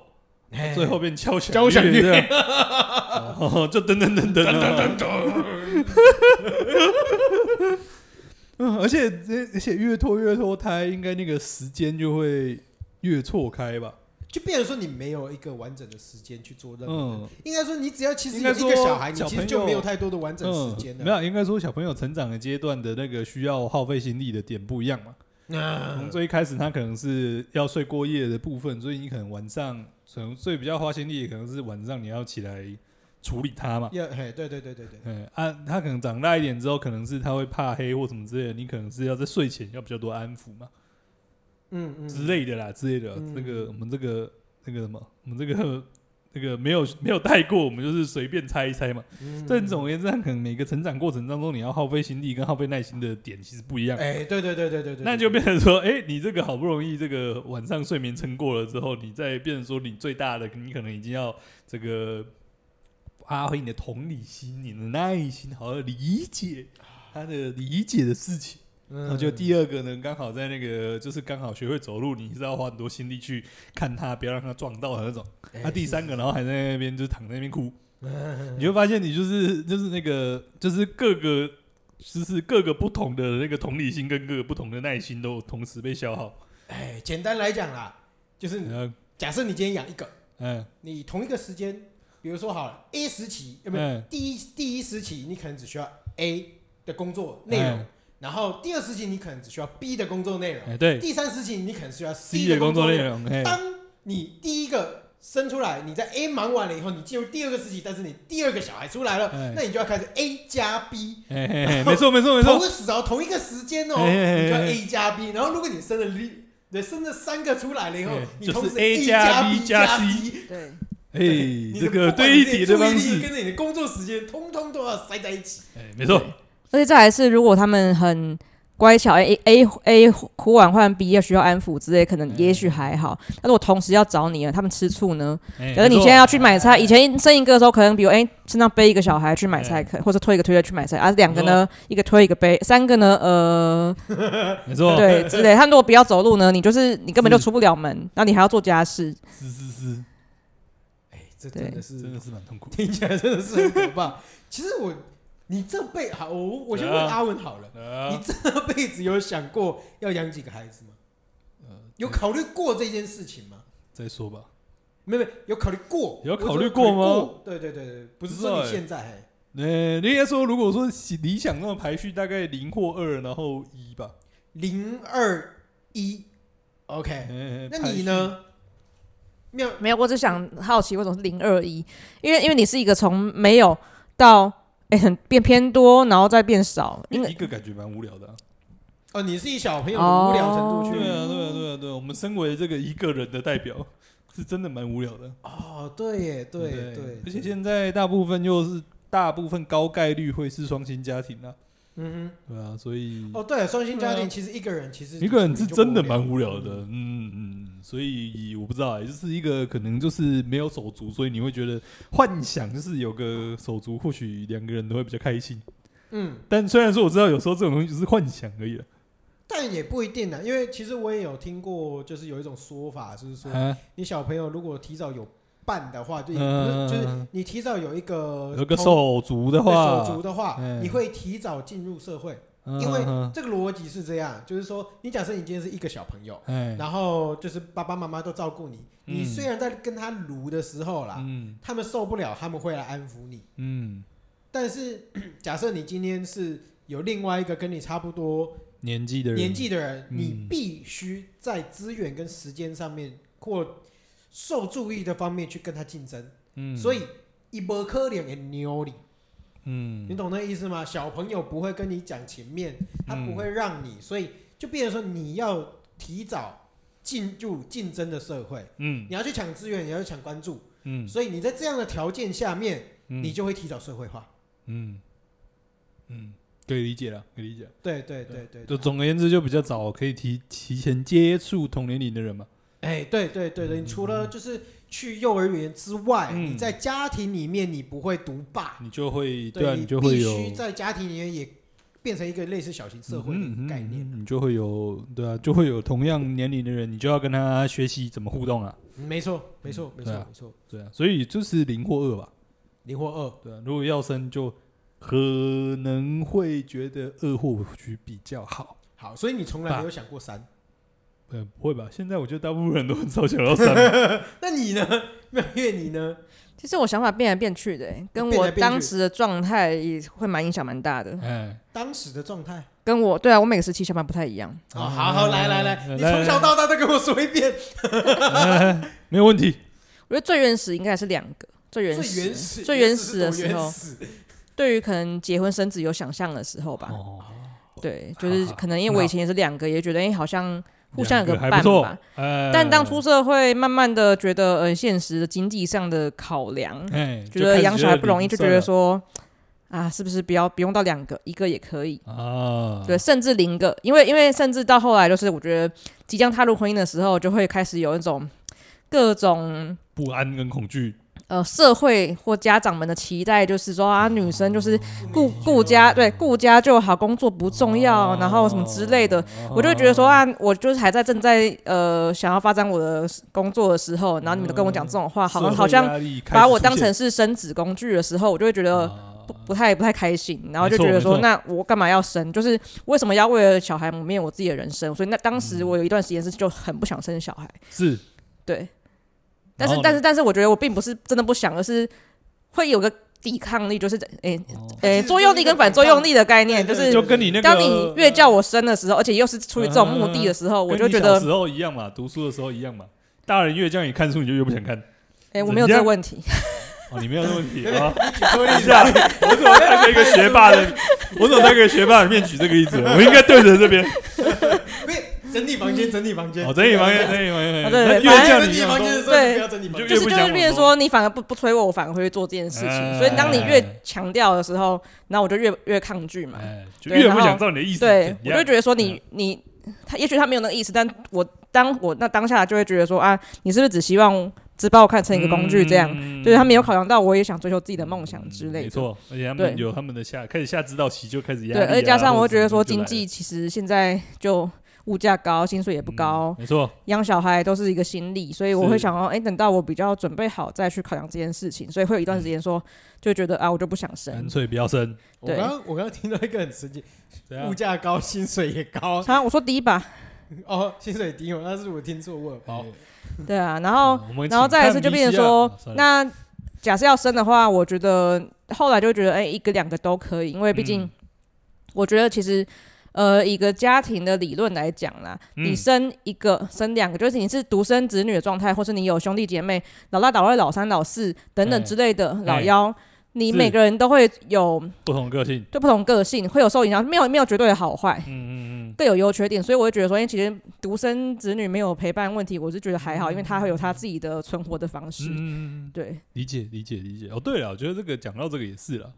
Speaker 1: 哎
Speaker 2: 最后变交响
Speaker 1: 交响乐
Speaker 2: 这样， [laughs] 哦就等等等等等等。嗯， [laughs] 而且而且越拖越拖胎，应该那个时间就会越错开吧？
Speaker 1: 就变成说你没有一个完整的时间去做任何
Speaker 2: 嗯，
Speaker 1: 应该说，你只要其实
Speaker 2: 应
Speaker 1: 有
Speaker 2: 该
Speaker 1: 一
Speaker 2: 说
Speaker 1: 个小孩，你
Speaker 2: 小
Speaker 1: 其实
Speaker 2: 朋
Speaker 1: 就
Speaker 2: 友
Speaker 1: 没有太多的完整时间啊
Speaker 2: 嗯。没
Speaker 1: 了。
Speaker 2: 有，应该说小朋友成长的阶段的那个需要耗费心力的点不一样嘛。从
Speaker 1: 啊
Speaker 2: 最一开始，他可能是要睡过夜的部分，所以你可能晚上可能最比较花心力，可能是晚上你要起来处理它嘛。
Speaker 1: 要嘿，对对对对对，
Speaker 2: 嗯啊，他可能长大一点之后，可能是他会怕黑或什么之类的，你可能是要在睡前要比较多安抚嘛
Speaker 1: 嗯嗯，
Speaker 2: 之类的啦，之类的啦。
Speaker 1: 嗯
Speaker 2: 这个我们这个那个什么，我们这个 [laughs] 那个没有没有带过，我们就是随便猜一猜嘛。
Speaker 1: 嗯
Speaker 2: 但总而言之，他可能每个成长过程当中，你要耗费心力跟耗费耐心的点其实不一样。
Speaker 1: 哎，对对对对对对，
Speaker 2: 那就变成说，哎、你这个好不容易这个晚上睡眠撑过了之后，你再变成说你最大的，你可能已经要这个发挥你的同理心、你的耐心，好好地理解他的理解的事情。然后
Speaker 1: 嗯
Speaker 2: 就第二个呢，刚好在那个就是刚好学会走路，你是要花很多心力去看他，不要让他撞到的那种。
Speaker 1: 哎
Speaker 2: 他啊第三个，然后还在那边就是躺在那
Speaker 1: [laughs]
Speaker 2: 边哭，
Speaker 1: 嗯
Speaker 2: 你会发现你就是就是那个就是各个就是各个不同的那个同理心跟各个不同的耐心都同时被消耗。
Speaker 1: 哎，简单来讲啦，就是你
Speaker 2: 嗯
Speaker 1: 假设你今天养一个，
Speaker 2: 嗯
Speaker 1: 你同一个时间，比如说好了 A 时期，有没有？
Speaker 2: 嗯
Speaker 1: 第一第一时期你可能只需要 A 的工作内容
Speaker 2: 嗯，
Speaker 1: 然后第二时期你可能只需要 B 的工作内容，
Speaker 2: 哎，对
Speaker 1: 第三时期你可能需要
Speaker 2: C
Speaker 1: C
Speaker 2: 的
Speaker 1: 的
Speaker 2: 工
Speaker 1: 工
Speaker 2: 作
Speaker 1: 作
Speaker 2: 内
Speaker 1: 内容。
Speaker 2: 容，哎
Speaker 1: 当你第一个生出来，你在 A 忙完了以后，你进入第二个时期，但是你第二个小孩出来
Speaker 2: 哎
Speaker 1: 了，那你就要开始 A 加 B，
Speaker 2: 哎哎哎，没错没错
Speaker 1: [laughs]
Speaker 2: 没
Speaker 1: 同
Speaker 2: 错，
Speaker 1: 个时哦，同一个时间哦，
Speaker 2: 哎哎哎
Speaker 1: 你就要
Speaker 2: 哎
Speaker 1: A 加 B。然后如果你生了 B，你生了三个出来了以后
Speaker 2: 哎，
Speaker 1: 你
Speaker 2: 就是
Speaker 1: 同时
Speaker 2: A 加
Speaker 1: 加
Speaker 2: B 加
Speaker 1: 加
Speaker 2: C
Speaker 1: C，
Speaker 3: 对，
Speaker 2: 哎，
Speaker 1: 你
Speaker 2: 这
Speaker 1: 的
Speaker 2: 个
Speaker 1: 不管你
Speaker 2: 堆
Speaker 1: 的
Speaker 2: 叠
Speaker 1: 注意
Speaker 2: 的方
Speaker 1: 力
Speaker 2: 式，
Speaker 1: 跟着你的工作时间，通通都要塞在一起。
Speaker 2: 哎，没错，
Speaker 3: 而且再来是，如果他们很乖巧，A A A 哭完换 B 要需要安抚之类，可能
Speaker 2: 嗯
Speaker 3: 也许还好。但是我同时要找你了，他们吃醋呢。
Speaker 2: 哎
Speaker 3: 可是你现在要去买菜，以前生一个的时候，可能比如哎、身上背一个小孩去买
Speaker 1: 哎
Speaker 3: 菜，可或者推一个推车去买菜，啊两个呢，一个推一个背，三个呢，呃，
Speaker 2: 没错，
Speaker 3: [laughs] 对之类。他们如果不要走路呢，你就是你根本就是出不了门，然后你还要做家事。
Speaker 2: 是是是，
Speaker 1: 哎，这
Speaker 3: 对
Speaker 1: 真的
Speaker 2: [laughs]
Speaker 1: 是
Speaker 2: 真的是蛮痛苦。
Speaker 1: 听起来真的是很可怕。 [laughs] 其实我，你这辈好，我我先问
Speaker 2: 啊
Speaker 1: 阿文好了，
Speaker 2: 啊
Speaker 1: 你这辈子有想过要养几个孩子吗？
Speaker 2: 呃
Speaker 1: 有考虑过这件事情吗？
Speaker 2: 再说吧，
Speaker 1: 没有，没有有考虑过，
Speaker 2: 有
Speaker 1: 我说
Speaker 2: 考虑过吗
Speaker 1: 考虑过？对对对对，不是
Speaker 2: 不知道
Speaker 1: 说
Speaker 2: 哎
Speaker 1: 你现在哎，
Speaker 2: 呃，应该说，如果说理想中的排序，大概零或二，然后一吧。
Speaker 1: 零二一，OK，
Speaker 2: [laughs] 哎
Speaker 1: 那你？呢？妙，
Speaker 3: 没有，我只想好奇为什么是零二一，因为因为你是一个从没有到哎、很变偏多，然后再变少，
Speaker 2: 排序
Speaker 3: 因
Speaker 2: 因为
Speaker 3: 为
Speaker 2: 一个感觉蛮无聊的啊、
Speaker 1: 哦，你是以小朋友的无聊程度
Speaker 2: 对
Speaker 1: 去，
Speaker 2: 啊，对啊，对啊，对啊。我们身为这个一个人的代表， [laughs] 是真的蛮无聊的。
Speaker 1: 哦，对耶，对
Speaker 2: 对
Speaker 1: 对，
Speaker 2: 而且现在大部分又是大部分高概率会是双薪家庭啊，
Speaker 1: 嗯
Speaker 2: 对啊，所以
Speaker 1: 哼，哦，对，双薪家
Speaker 2: 对啊
Speaker 1: 庭其实一个人其实
Speaker 2: 一个人是真的蛮无聊
Speaker 1: 嗯
Speaker 2: 的。嗯嗯，所以我不知道、欸，就是一个可能就是没有手足，所以你会觉得幻想就是有个手足，或许两个人都会比较开心。
Speaker 1: 嗯，
Speaker 2: 但虽然说我知道有时候这种东西只是幻想而已了，啊
Speaker 1: 但也不一定啊呢，因为其实我也有听过，就是有一种说法，就是说
Speaker 2: 啊，
Speaker 1: 你小朋友如果提早有伴的话，就也不
Speaker 2: 嗯
Speaker 1: 是就是你提早有一个
Speaker 2: 有个
Speaker 1: 同
Speaker 2: 手足的
Speaker 1: 对
Speaker 2: 话，
Speaker 1: 手足的话
Speaker 2: 嗯，
Speaker 1: 你会提早进入社会。
Speaker 2: 嗯
Speaker 1: 因为
Speaker 2: 嗯
Speaker 1: 这个逻辑是这样，就是说你假设你今天是一个小朋友，
Speaker 2: 哎，
Speaker 1: 然后就是爸爸妈妈都照顾你，
Speaker 2: 嗯
Speaker 1: 你虽然在跟他撸的时候啦，
Speaker 2: 嗯
Speaker 1: 他们受不了，他们会来安抚你。
Speaker 2: 嗯，
Speaker 1: 但是 [clears throat] 假设你今天是有另外一个跟你差不多
Speaker 2: 年纪的人，
Speaker 1: 年纪的人，
Speaker 2: 嗯
Speaker 1: 你必须在资源跟时间上面或受注意的方面去跟他竞争，
Speaker 2: 嗯，
Speaker 1: 所以一波可怜的牛你，你
Speaker 2: 嗯，
Speaker 1: 懂那意思吗？小朋友不会跟你讲前面，他
Speaker 2: 嗯
Speaker 1: 不会让你，所以就变成说你要提早进入竞争的社会，
Speaker 2: 嗯
Speaker 1: 你要去抢资源，你要去抢关注，
Speaker 2: 嗯
Speaker 1: 所以你在这样的条件下面，
Speaker 2: 嗯，
Speaker 1: 你就会提早社会化。
Speaker 2: 嗯嗯，可以理解了，可以理解。
Speaker 1: 对对对对，
Speaker 2: 就
Speaker 1: 对
Speaker 2: 总而言之，就比较早可以提提前接触同年龄的人嘛。
Speaker 1: 哎，对对对对，你除了就是去幼儿园之外，
Speaker 2: 嗯
Speaker 1: 你在家庭里面你不会独霸，
Speaker 2: 你就会对啊，
Speaker 1: 你
Speaker 2: 就会
Speaker 1: 必
Speaker 2: 有
Speaker 1: 须在家庭里面也变成一个类似小型社会的
Speaker 2: 嗯嗯
Speaker 1: 概念。
Speaker 2: 嗯你就会有对啊，就会有同样年龄的人，你就要跟他学习怎么互动啊，
Speaker 1: 嗯没错，没错，没错，
Speaker 2: 对啊
Speaker 1: 没错。
Speaker 2: 对啊，所以就是零或二吧，
Speaker 1: 零或二，
Speaker 2: 对啊，如果要生就可能会觉得二或许比较好，
Speaker 1: 好，所以你从来没有想过三，
Speaker 2: 呃，不会吧？现在我觉得大部分人都很少想到
Speaker 3: [laughs]
Speaker 2: 三，
Speaker 1: 那你呢？ [laughs] 妙月你呢？
Speaker 3: 其实我想法变来变去的、哎跟
Speaker 1: 变
Speaker 3: 我
Speaker 1: 来变去
Speaker 3: 当时的状态也会蛮影响蛮大的。
Speaker 2: 哎，
Speaker 1: 当时的状态
Speaker 3: 跟我对啊，我每个时期想法不太一样。
Speaker 1: 哦，好好来来来，
Speaker 2: 啊来
Speaker 1: 你从小到大都跟我说一遍，
Speaker 2: 没有问题，
Speaker 3: 我觉得最原始应该还是两个，最
Speaker 1: 最
Speaker 3: 原始、
Speaker 1: 原始、
Speaker 3: 最原始的
Speaker 1: 是多
Speaker 3: 时候
Speaker 1: 原始
Speaker 3: 对于可能结婚生子有想象的时候吧。
Speaker 2: 哦，
Speaker 3: 对，就是可能因为我以前也是两个，也觉得哎、好像互相有
Speaker 2: 两个还
Speaker 3: 伴
Speaker 2: 不错
Speaker 3: 吧。。
Speaker 2: 呃
Speaker 3: 但当出社会，慢慢的觉得呃现实的经济上的考量，
Speaker 2: 哎，
Speaker 3: 觉得养小孩不容易，就
Speaker 2: 就开
Speaker 3: 觉
Speaker 2: 始
Speaker 3: 得
Speaker 2: 零
Speaker 3: 说啊，是不是不要不用到两个，一个也可以。
Speaker 2: 算了啊，
Speaker 3: 对，甚至零个，因为因为甚至到后来，就是我觉得即将踏入婚姻的时候，就会开始有一种各种
Speaker 2: 不安跟恐惧，
Speaker 3: 呃社会或家长们的期待，就是说啊，女生哦就是哦顾顾家，对顾家就好，工作不重要，然后什么之类的。我就会觉得
Speaker 2: 哦
Speaker 3: 说啊，我就是还在正在呃想要发展我的工作的时候，然后你们都跟我讲这种话，好像好
Speaker 2: 啊
Speaker 3: 像把我当成是生子工具的时候，我就会觉得
Speaker 2: 啊
Speaker 3: 不不太不太开心，然后就
Speaker 2: 哦没错
Speaker 3: 觉得说，
Speaker 2: 没错
Speaker 3: 那我干嘛要生？就是为什么要为了小孩磨灭我自己的人生？所以那当
Speaker 2: 嗯
Speaker 3: 时我有一段时间是就很不想生小孩，
Speaker 2: 是，
Speaker 3: 对。但
Speaker 2: 然
Speaker 3: 是
Speaker 2: 后
Speaker 3: 但
Speaker 2: 呢
Speaker 3: 是但是，我觉得我并不是真的不想，而是会有个抵抗力，就是诶
Speaker 2: 哦
Speaker 3: 诶、
Speaker 1: 其实
Speaker 3: 作用力跟反作用力的概念，
Speaker 1: 对
Speaker 3: 就是
Speaker 1: 对
Speaker 2: 就跟 [laughs] 你那个
Speaker 3: 当你越叫我生的时候，而且又是出于这种目的的时候，我就觉得
Speaker 2: 小时候一样嘛，读书的时候一样嘛，大人越叫你看书，你就越不想看。
Speaker 3: 诶、哎我没有这个问题。
Speaker 2: 哦，你没有这个问题
Speaker 1: 对
Speaker 2: 啊？
Speaker 1: 你举出例
Speaker 2: 等一
Speaker 1: 子
Speaker 2: [laughs]
Speaker 1: 吧
Speaker 2: 下，我怎么在给一个学霸的，我怎么在给一个学霸的面举这个例子？我应该对着这边。
Speaker 1: 不是整理房间，整理房间，
Speaker 2: 哦，整理房间，整理房间，
Speaker 3: 啊对
Speaker 2: 那
Speaker 3: 对
Speaker 2: 越叫
Speaker 1: 整
Speaker 2: 你
Speaker 1: 理房间的时候，
Speaker 3: 对
Speaker 1: 你不要整理房
Speaker 2: 你
Speaker 1: 间，
Speaker 3: 就是
Speaker 2: 越不
Speaker 3: 就
Speaker 2: 想
Speaker 3: 是，
Speaker 2: 我
Speaker 3: 变成
Speaker 2: 多哎
Speaker 3: 说你反而不不催我，我反而会做这件事情。所以当你越强调的时候，那我就越越抗拒嘛。
Speaker 2: 哎，就
Speaker 3: 对
Speaker 2: 越
Speaker 3: 然
Speaker 2: 不
Speaker 3: 后
Speaker 2: 想照你的意思
Speaker 3: 对
Speaker 2: 怎，
Speaker 3: 我
Speaker 2: 样。
Speaker 3: 就觉得说你你他也许他没有那个意思，但我当我那当下就会觉得说啊，你是不是只希望只把我看成一个工具这样？
Speaker 2: 嗯
Speaker 3: 就是他没有考量到我也想追求自己的梦想之
Speaker 2: 嗯
Speaker 3: 类
Speaker 2: 没
Speaker 3: 的。
Speaker 2: 错，而且他们
Speaker 3: 对
Speaker 2: 有他们的下开始下指导期就开始压力
Speaker 3: 对，
Speaker 2: 啊、
Speaker 3: 而且加上我
Speaker 2: 或
Speaker 3: 会
Speaker 2: 者
Speaker 3: 觉得
Speaker 2: 什
Speaker 3: 说
Speaker 2: 么
Speaker 3: 经
Speaker 2: 就来
Speaker 3: 济
Speaker 2: 了
Speaker 3: 其实现在就物价高，薪水也不高
Speaker 2: 嗯，没错，
Speaker 3: 养小孩都是一个心力，所以我会
Speaker 2: 是
Speaker 3: 想要，哎、等到我比较准备好再去考量这件事情，所以会有一段时间说，就觉得啊，我就不想
Speaker 2: 干
Speaker 3: 生。
Speaker 2: 脆不要生，
Speaker 1: 我刚刚我刚刚听到一个很神奇，
Speaker 2: 怎
Speaker 1: 物
Speaker 2: 样？
Speaker 1: 价高，薪水也高，
Speaker 3: 常常我说第一把，
Speaker 1: 哦，薪水低，那是我听错我包
Speaker 2: 哎，
Speaker 3: 对啊，然后
Speaker 2: 嗯我们
Speaker 3: 然后
Speaker 2: 请
Speaker 3: 再
Speaker 2: 看
Speaker 3: 一次就
Speaker 2: VCR
Speaker 3: 变成说
Speaker 2: 啊，算了
Speaker 3: 那假设要生的话，我觉得后来就觉得，哎、一个两个都可以，因为毕竟
Speaker 2: 嗯
Speaker 3: 我觉得其实。呃，以一个家庭的理论来讲啦，
Speaker 2: 嗯
Speaker 3: 你生一个、生两个，就是你是独生子女的状态，或是你有兄弟姐妹，老大、老二、老三、老四等等
Speaker 2: 哎
Speaker 3: 之类的，老
Speaker 2: 哎
Speaker 3: 幺，你
Speaker 2: 是
Speaker 3: 每个人都会有
Speaker 2: 不同个性，
Speaker 3: 对不同个性会有受影响，没有没有绝对的好坏，
Speaker 2: 嗯嗯嗯，
Speaker 3: 各有优缺点，所以我会觉得说，因为其实独生子女没有陪伴问题，我是觉得还好，因为他会有他自己的存活的方式。
Speaker 2: 嗯嗯嗯，
Speaker 3: 对，
Speaker 2: 理解理解理解。哦，对了，我觉得这个讲到这个也是了，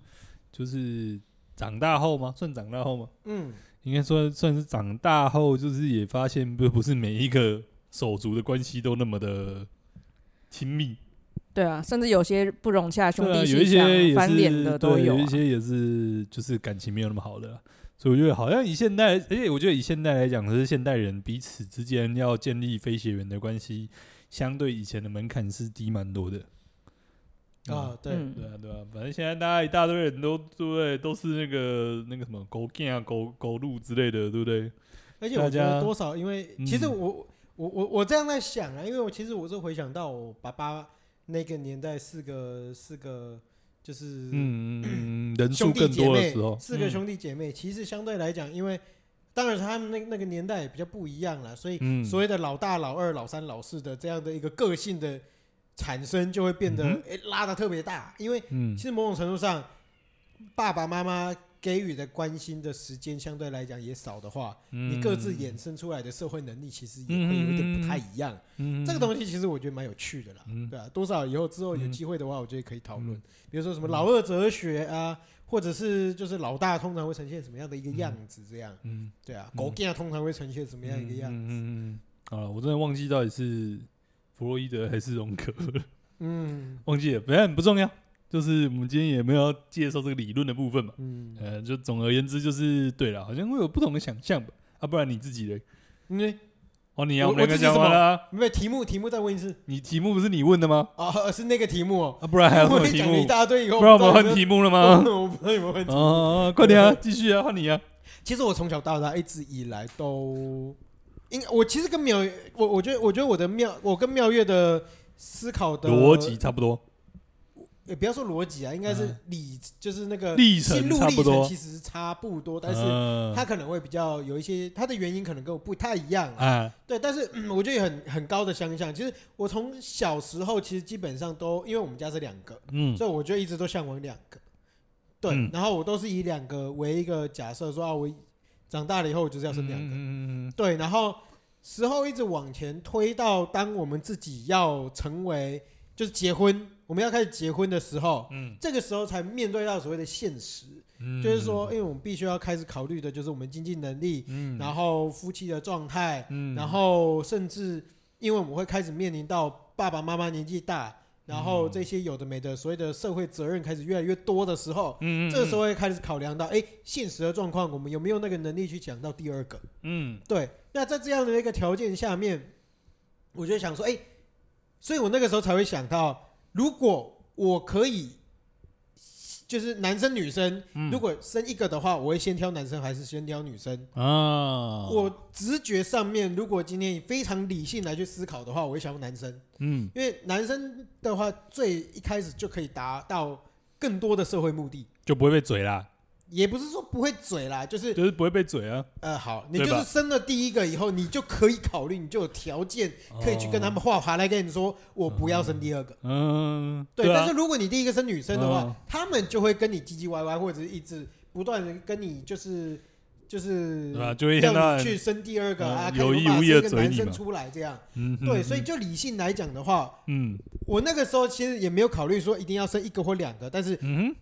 Speaker 2: 就是长大后吗？算长大后吗？
Speaker 1: 嗯，
Speaker 2: 应该说算是长大后，就是也发现不不是每一个手足的关系都那么的亲密，
Speaker 3: 对啊，甚至有些不融洽兄
Speaker 2: 对啊，
Speaker 3: 弟
Speaker 2: 有一
Speaker 3: 情
Speaker 2: 些也
Speaker 3: 相
Speaker 2: 是
Speaker 3: 翻脸的都
Speaker 2: 对
Speaker 3: 有、
Speaker 2: 有
Speaker 3: 啊
Speaker 2: 一。些也是就是感情没有那么好的啦，啊所以我觉得好像以现代，而且我觉得以现代来讲，就是现代人彼此之间要建立非血缘的关系，相对以前的门槛是低蛮多的。
Speaker 1: 啊，对，
Speaker 3: 嗯
Speaker 2: 对啊，对啊，反正现在大家一大堆人都对不对，都是那个那个什么狗 g 啊、狗狗路之类的，对不对？
Speaker 1: 而且我觉
Speaker 2: 大家
Speaker 1: 得多少，因为其实
Speaker 2: 嗯
Speaker 1: 我、我我我这样在想啊，因为我其实我是回想到我爸爸那个年代四个四个就是
Speaker 2: 嗯，人数
Speaker 1: 兄弟
Speaker 2: 更
Speaker 1: 姐
Speaker 2: 多的
Speaker 1: 妹
Speaker 2: 时候，嗯
Speaker 1: 四个兄弟姐妹，其实相对来讲，因为当然他们那那个年代也比较不一样啦，所以
Speaker 2: 嗯，
Speaker 1: 所谓的老大、老二、老三、老四的这样的一个个性的产生，就会变得、
Speaker 2: 嗯
Speaker 1: 诶拉的特别大，因为
Speaker 2: 嗯
Speaker 1: 其实某种程度上，爸爸妈妈给予的关心的时间相对来讲也少的话，
Speaker 2: 嗯
Speaker 1: 你各自衍生出来的社会能力其实也会有一点不太一样。
Speaker 2: 嗯
Speaker 1: 这个东西其实我觉得蛮有趣的啦，
Speaker 2: 嗯
Speaker 1: 对啊，多少以后之后有
Speaker 2: 嗯
Speaker 1: 机会的话，我觉得可以讨论
Speaker 2: 嗯，
Speaker 1: 比如说什么老二哲学啊，或者是就是老大通常会呈现什么样的一个样子，这样
Speaker 2: 嗯
Speaker 1: 对啊，
Speaker 2: 嗯
Speaker 1: 狗干通常会呈现什么样一个样
Speaker 2: 嗯嗯
Speaker 1: 子？
Speaker 2: 嗯嗯嗯。啊，我真的忘记到底是弗洛伊德还是荣格了，
Speaker 1: 嗯
Speaker 2: 忘记了，反正不重要。就是我们今天也没有要介绍这个理论的部分嘛。
Speaker 1: 嗯，
Speaker 2: 呃，就总而言之，就是对了，好像会有不同的想象吧。啊，不然你自己的
Speaker 1: 因为
Speaker 2: 哦，你要
Speaker 1: 我
Speaker 2: 们两个
Speaker 1: 我自己
Speaker 2: 讲完了啊、
Speaker 1: 嗯没有题目，题目再问一次
Speaker 2: 你题目不是你问的吗？
Speaker 1: 啊，是那个题目哦，
Speaker 2: 啊，不然还有什
Speaker 1: 我
Speaker 2: 么
Speaker 1: 会
Speaker 2: 题
Speaker 1: 讲了一
Speaker 2: 目？
Speaker 1: 大堆以后，
Speaker 2: 不然我们
Speaker 1: 不知道有没有
Speaker 2: 换题目
Speaker 1: [laughs]
Speaker 2: 了吗？
Speaker 1: 我不知道有没有问题。
Speaker 2: 哦，快点啊，继续啊，换你啊。
Speaker 1: 其实我从小到大一直以来都，应我其实跟妙，我我觉得我觉得我的妙，我跟妙月的思考的
Speaker 2: 逻辑，差不多，
Speaker 1: 也不要说逻辑啊，应该是
Speaker 2: 嗯
Speaker 1: 理，就是那个
Speaker 2: 历程
Speaker 1: 心路
Speaker 2: 差
Speaker 1: 历
Speaker 2: 不
Speaker 1: 程
Speaker 2: 多
Speaker 1: 其实是差不多，但是
Speaker 2: 嗯
Speaker 1: 他可能会比较有一些他的原因，可能跟我不太一样啊。
Speaker 2: 啊，
Speaker 1: 对，但是、嗯我觉得有很很高的相像。其实我从小时候其实基本上都，因为我们家是两个，
Speaker 2: 嗯
Speaker 1: 所以我就一直都向往两个。对，
Speaker 2: 嗯
Speaker 1: 然后我都是以两个为一个假设，说啊，我长大了以后我就是要生两个。
Speaker 2: 嗯嗯嗯嗯
Speaker 1: 对，然后时候一直往前推到当我们自己要成为就是结婚，我们要开始结婚的时候，
Speaker 2: 嗯，
Speaker 1: 这个时候才面对到所谓的现实，就是说，因为我们必须要开始考虑的就是我们经济能力，
Speaker 2: 嗯，
Speaker 1: 然后夫妻的状态，
Speaker 2: 嗯，
Speaker 1: 然后甚至因为我们会开始面临到爸爸妈妈年纪
Speaker 2: 嗯
Speaker 1: 大，然后这些有的没的所谓的社会责任开始越来越多的时候，
Speaker 2: 嗯，嗯，
Speaker 1: 这个时候会开始考量到，哎，现实的状况，我们有没有那个能力去讲到第二个？
Speaker 2: 嗯，
Speaker 1: 对，那在这样的一个条件下面，我就想说，哎，所以我那个时候才会想到，如果我可以，就是男生女生，
Speaker 2: 嗯
Speaker 1: 如果生一个的话，我会先挑男生还是先挑女生？
Speaker 2: 嗯啊，
Speaker 1: 我直觉上面，如果今天以非常理性来去思考的话，我会想要男生，
Speaker 2: 嗯
Speaker 1: 因为男生的话最一开始就可以达到更多的社会目的，
Speaker 2: 就不会被嘴啦，
Speaker 1: 也不是说不会嘴啦，就是
Speaker 2: 就是不会被嘴啊，
Speaker 1: 呃好，你就
Speaker 2: 对吧
Speaker 1: 是生了第一个以后，你就可以考虑，你就有条件可以去跟他们画牌来跟你说，我不要生第二个。
Speaker 2: 哦嗯，
Speaker 1: 对，
Speaker 2: 啊
Speaker 1: 但是如果你第一个生女生的
Speaker 2: 嗯
Speaker 1: 话，他们就会跟你唧唧歪歪，或者是一直不断的跟你就是就是
Speaker 2: 对啊吧就会一天到
Speaker 1: 让
Speaker 2: 晚
Speaker 1: 你去生第二个啊，
Speaker 2: 嗯
Speaker 1: 看有
Speaker 2: 有
Speaker 1: 没
Speaker 2: 意
Speaker 1: 办法
Speaker 2: 无意地
Speaker 1: 生一个
Speaker 2: 嘴
Speaker 1: 男
Speaker 2: 你嘛
Speaker 1: 生出来这样。
Speaker 2: 嗯哼
Speaker 1: 对，所以就理性来讲的话，
Speaker 2: 嗯
Speaker 1: 我那个时候其实也没有考虑说一定要生一个或两个，但是
Speaker 2: 嗯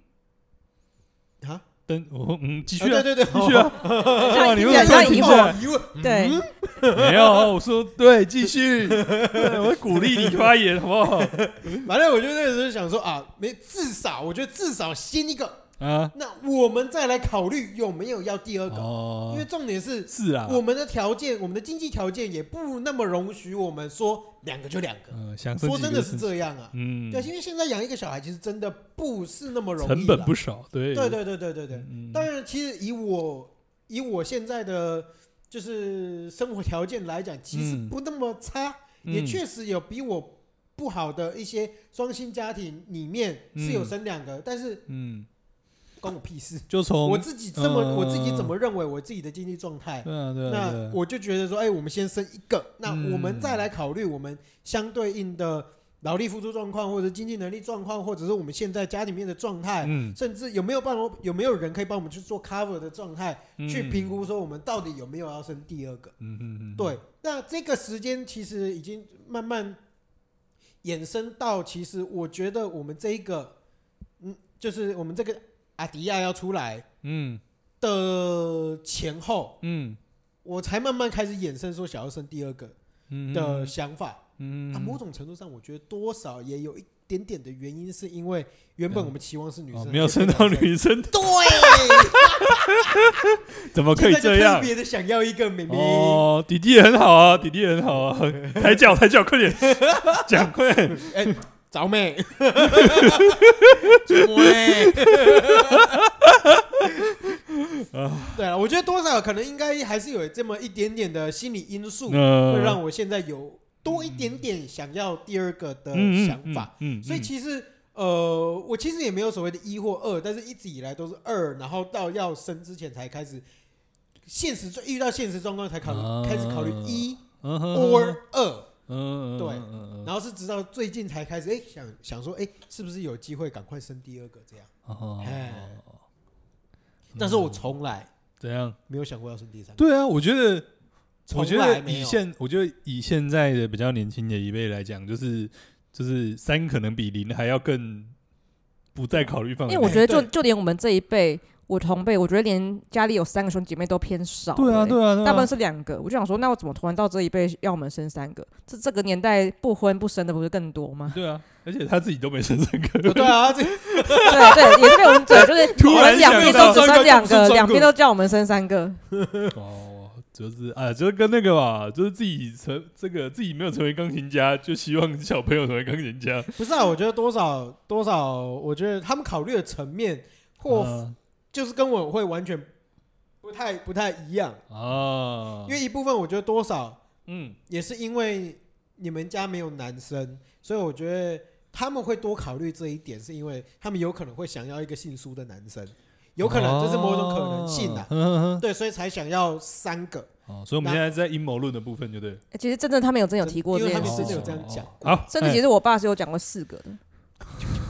Speaker 2: 哼，
Speaker 1: 啊，
Speaker 2: 等我嗯继
Speaker 1: 继
Speaker 2: 续啊
Speaker 1: 对，对对，
Speaker 2: 继续啊，
Speaker 3: 这
Speaker 2: 哇
Speaker 3: 样
Speaker 1: [laughs]
Speaker 2: 你
Speaker 3: 一
Speaker 2: 为
Speaker 3: 定
Speaker 2: 什么啊
Speaker 3: 要
Speaker 2: 突然
Speaker 3: 这样
Speaker 2: 停
Speaker 3: 一
Speaker 2: 下来
Speaker 3: 问，
Speaker 1: 哦，疑问
Speaker 3: 对，
Speaker 2: 嗯没有，我说对，继
Speaker 1: [laughs]
Speaker 2: 续，对我鼓励你发言，好不好？
Speaker 1: 嗯反正我就那个时候想说啊，没至少我觉得至少先一个， [laughs]
Speaker 2: 啊，
Speaker 1: 那我们再来考虑有没有要第二个，因为
Speaker 2: 哦，
Speaker 1: 重点是
Speaker 2: 是啊，
Speaker 1: 我们的条件，我们的经济条件也不那么容许我们说两个就两个。
Speaker 2: 嗯，想生
Speaker 1: 说
Speaker 2: 几
Speaker 1: 真
Speaker 2: 个
Speaker 1: 的
Speaker 2: 生
Speaker 1: 是
Speaker 2: 几个，
Speaker 1: 这样啊，
Speaker 2: 嗯，
Speaker 1: 对，因为现在养一个小孩其实真的不是那么容易啦，
Speaker 2: 成本不少，对，
Speaker 1: 对对对对对对，
Speaker 2: 嗯，嗯
Speaker 1: 当然，其实以我以我现在的就是生活条件来讲，其实
Speaker 2: 嗯
Speaker 1: 不那么差，也确实有比我不好的一些双薪家庭里面是有
Speaker 2: 嗯
Speaker 1: 生两个，但是
Speaker 2: 嗯，
Speaker 1: 关我屁事。
Speaker 2: 就从
Speaker 1: 我自己这么、我自己
Speaker 2: 嗯
Speaker 1: 怎么认为我自己的经济状态，
Speaker 2: 对啊对啊，对
Speaker 1: 那
Speaker 2: 啊
Speaker 1: 我就觉得说，哎、我们先生一个，那
Speaker 2: 嗯
Speaker 1: 我们再来考虑我们相对应的劳力付出状况，或者经济能力状况，或者是我们现在家里面的状态，
Speaker 2: 嗯
Speaker 1: 甚至有没有办法，有没有人可以帮我们去做 cover 的状态，去评
Speaker 2: 估，
Speaker 1: 估说我们到底有没有要生第二个。
Speaker 2: 嗯嗯嗯，
Speaker 1: 对，那这个时间其实已经慢慢衍生到，其实我觉得我们这一个，嗯，就是我们这个阿迪亚要出来
Speaker 2: 嗯
Speaker 1: 的前后，
Speaker 2: 嗯
Speaker 1: 我才慢慢开始衍生说想要生第二个
Speaker 2: 嗯
Speaker 1: 的想法。
Speaker 2: 嗯
Speaker 1: 啊，某种程度上，我觉得多少也有一点点的原因，是因为原本我们期望是女
Speaker 2: 哦
Speaker 1: 生，
Speaker 2: 没有生到女生，
Speaker 1: 对。
Speaker 2: [laughs] 怎么可以
Speaker 1: 现在就
Speaker 2: 这样
Speaker 1: 特？别的想要一个妹妹。
Speaker 2: 哦，弟弟也很好啊，弟弟也很好啊，抬脚抬脚，快点讲快点，
Speaker 1: 哎、找妹，
Speaker 2: [laughs]
Speaker 1: 对， [laughs] 对了，我觉得多少可能应该还是有这么一点点的心理因素，
Speaker 2: 嗯
Speaker 1: 会让我现在有多一点点想要第二个的
Speaker 2: 嗯嗯
Speaker 1: 想法。
Speaker 2: 嗯，嗯
Speaker 1: 所以其实，呃，我其实也没有所谓的一或二，但是一直以来都是二，然后到要生之前才开始。现实遇到现实状况才考虑，
Speaker 2: 啊
Speaker 1: 开始考虑一
Speaker 2: 嗯哼
Speaker 1: or 二，
Speaker 2: 嗯嗯
Speaker 1: 对
Speaker 2: 嗯嗯
Speaker 1: 然后是直到最近才开始，哎、想想说，哎、是不是有机会赶快生第二个这样？
Speaker 2: 哦
Speaker 1: 哎但是我从来
Speaker 2: 怎样？
Speaker 1: 没有想过要生第三个，
Speaker 2: 嗯对啊，我觉得，我
Speaker 1: 从
Speaker 2: 觉
Speaker 1: 来
Speaker 2: 得
Speaker 1: 没
Speaker 2: 以
Speaker 1: 有。
Speaker 2: 现，我觉得以现在的比较年轻的一辈来讲，就是就是三可能比零还要更不再考虑范
Speaker 3: 因
Speaker 2: 围
Speaker 3: 为
Speaker 2: 内。
Speaker 3: 我觉得就
Speaker 1: 对
Speaker 3: 就连我们这一辈，我同辈，我觉得连家里有三个兄弟姐妹都偏少、
Speaker 2: 对啊，
Speaker 3: 欸
Speaker 2: 对啊，对啊？
Speaker 3: 大部分是两个，我就想说，那我怎么突然到这一辈要我们生三个？这这个年代不婚不生的不是更多吗
Speaker 2: 对啊，而且他自己都没生三
Speaker 1: 哦
Speaker 2: 个，
Speaker 1: 对啊，这
Speaker 3: 对对，也是被我
Speaker 2: [laughs]
Speaker 3: 们嘴，就是
Speaker 2: 突
Speaker 3: 我
Speaker 2: 然
Speaker 3: 们两边都只
Speaker 2: 想到
Speaker 3: 生两
Speaker 2: 这个
Speaker 3: 个，
Speaker 2: 中
Speaker 3: 两边都叫我们生三个。
Speaker 2: [laughs] 哦，就是啊，就是跟那个嘛，就是自己成这个自己没有成为钢琴家，就希望小朋友成为钢琴家，
Speaker 1: 不是啊，我觉得多少多少，我觉得他们考虑的层面或
Speaker 2: 啊
Speaker 1: 就是跟我会完全不太不太一样，
Speaker 2: 啊
Speaker 1: 因，为一部分我觉得多少
Speaker 2: 嗯
Speaker 1: 也是因为你们家没有男生，所以我觉得他们会多考虑这一点，是因为他们有可能会想要一个姓苏的男生，有可能这是某种可能性啊
Speaker 2: 哦， [laughs] 嗯哼哼
Speaker 1: 对，所以才想要三个。
Speaker 2: 哦，所以我们现在在阴谋论的部分，就对了。
Speaker 3: 欸其实真正他们有真有提过这
Speaker 1: 因为
Speaker 3: 件
Speaker 1: 他们
Speaker 3: 事
Speaker 1: 真的
Speaker 3: 情
Speaker 1: 有，这样讲
Speaker 2: 哦好，
Speaker 3: 甚至其实我爸是有讲过四个的，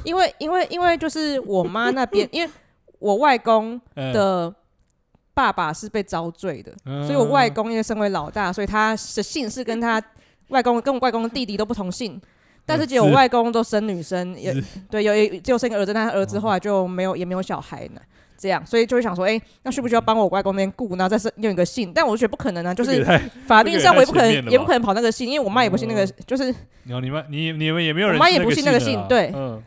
Speaker 3: 因为因为因为就是我妈那边，因为我外公
Speaker 2: 的
Speaker 3: 的爸爸是被遭罪的，
Speaker 2: 哎嗯
Speaker 3: 所以我外公因为身为老大，所以他的姓氏
Speaker 2: [laughs]
Speaker 3: 跟他外公跟我外公的弟弟都不同姓。但是只有
Speaker 2: 是
Speaker 3: 我外公都生女生，也
Speaker 2: 是
Speaker 3: [laughs] 对，有也就生一个儿子，但他儿子后来就没有，也没有小孩呢。这样，所以就会想说，哎、那需不需要帮我外公那边雇，然后再生用一个姓？但我觉得不可能啊，就
Speaker 2: 这个
Speaker 3: 是
Speaker 2: 也太
Speaker 3: [laughs] 法律上我也不可
Speaker 2: 这个也太前面了吧哦
Speaker 3: 能，也不可能跑那个姓，因为我妈也不信那个，就是
Speaker 2: 然后你们你你们也没有人，
Speaker 3: 我妈也不信那个信
Speaker 2: 啊
Speaker 3: 对
Speaker 2: 嗯，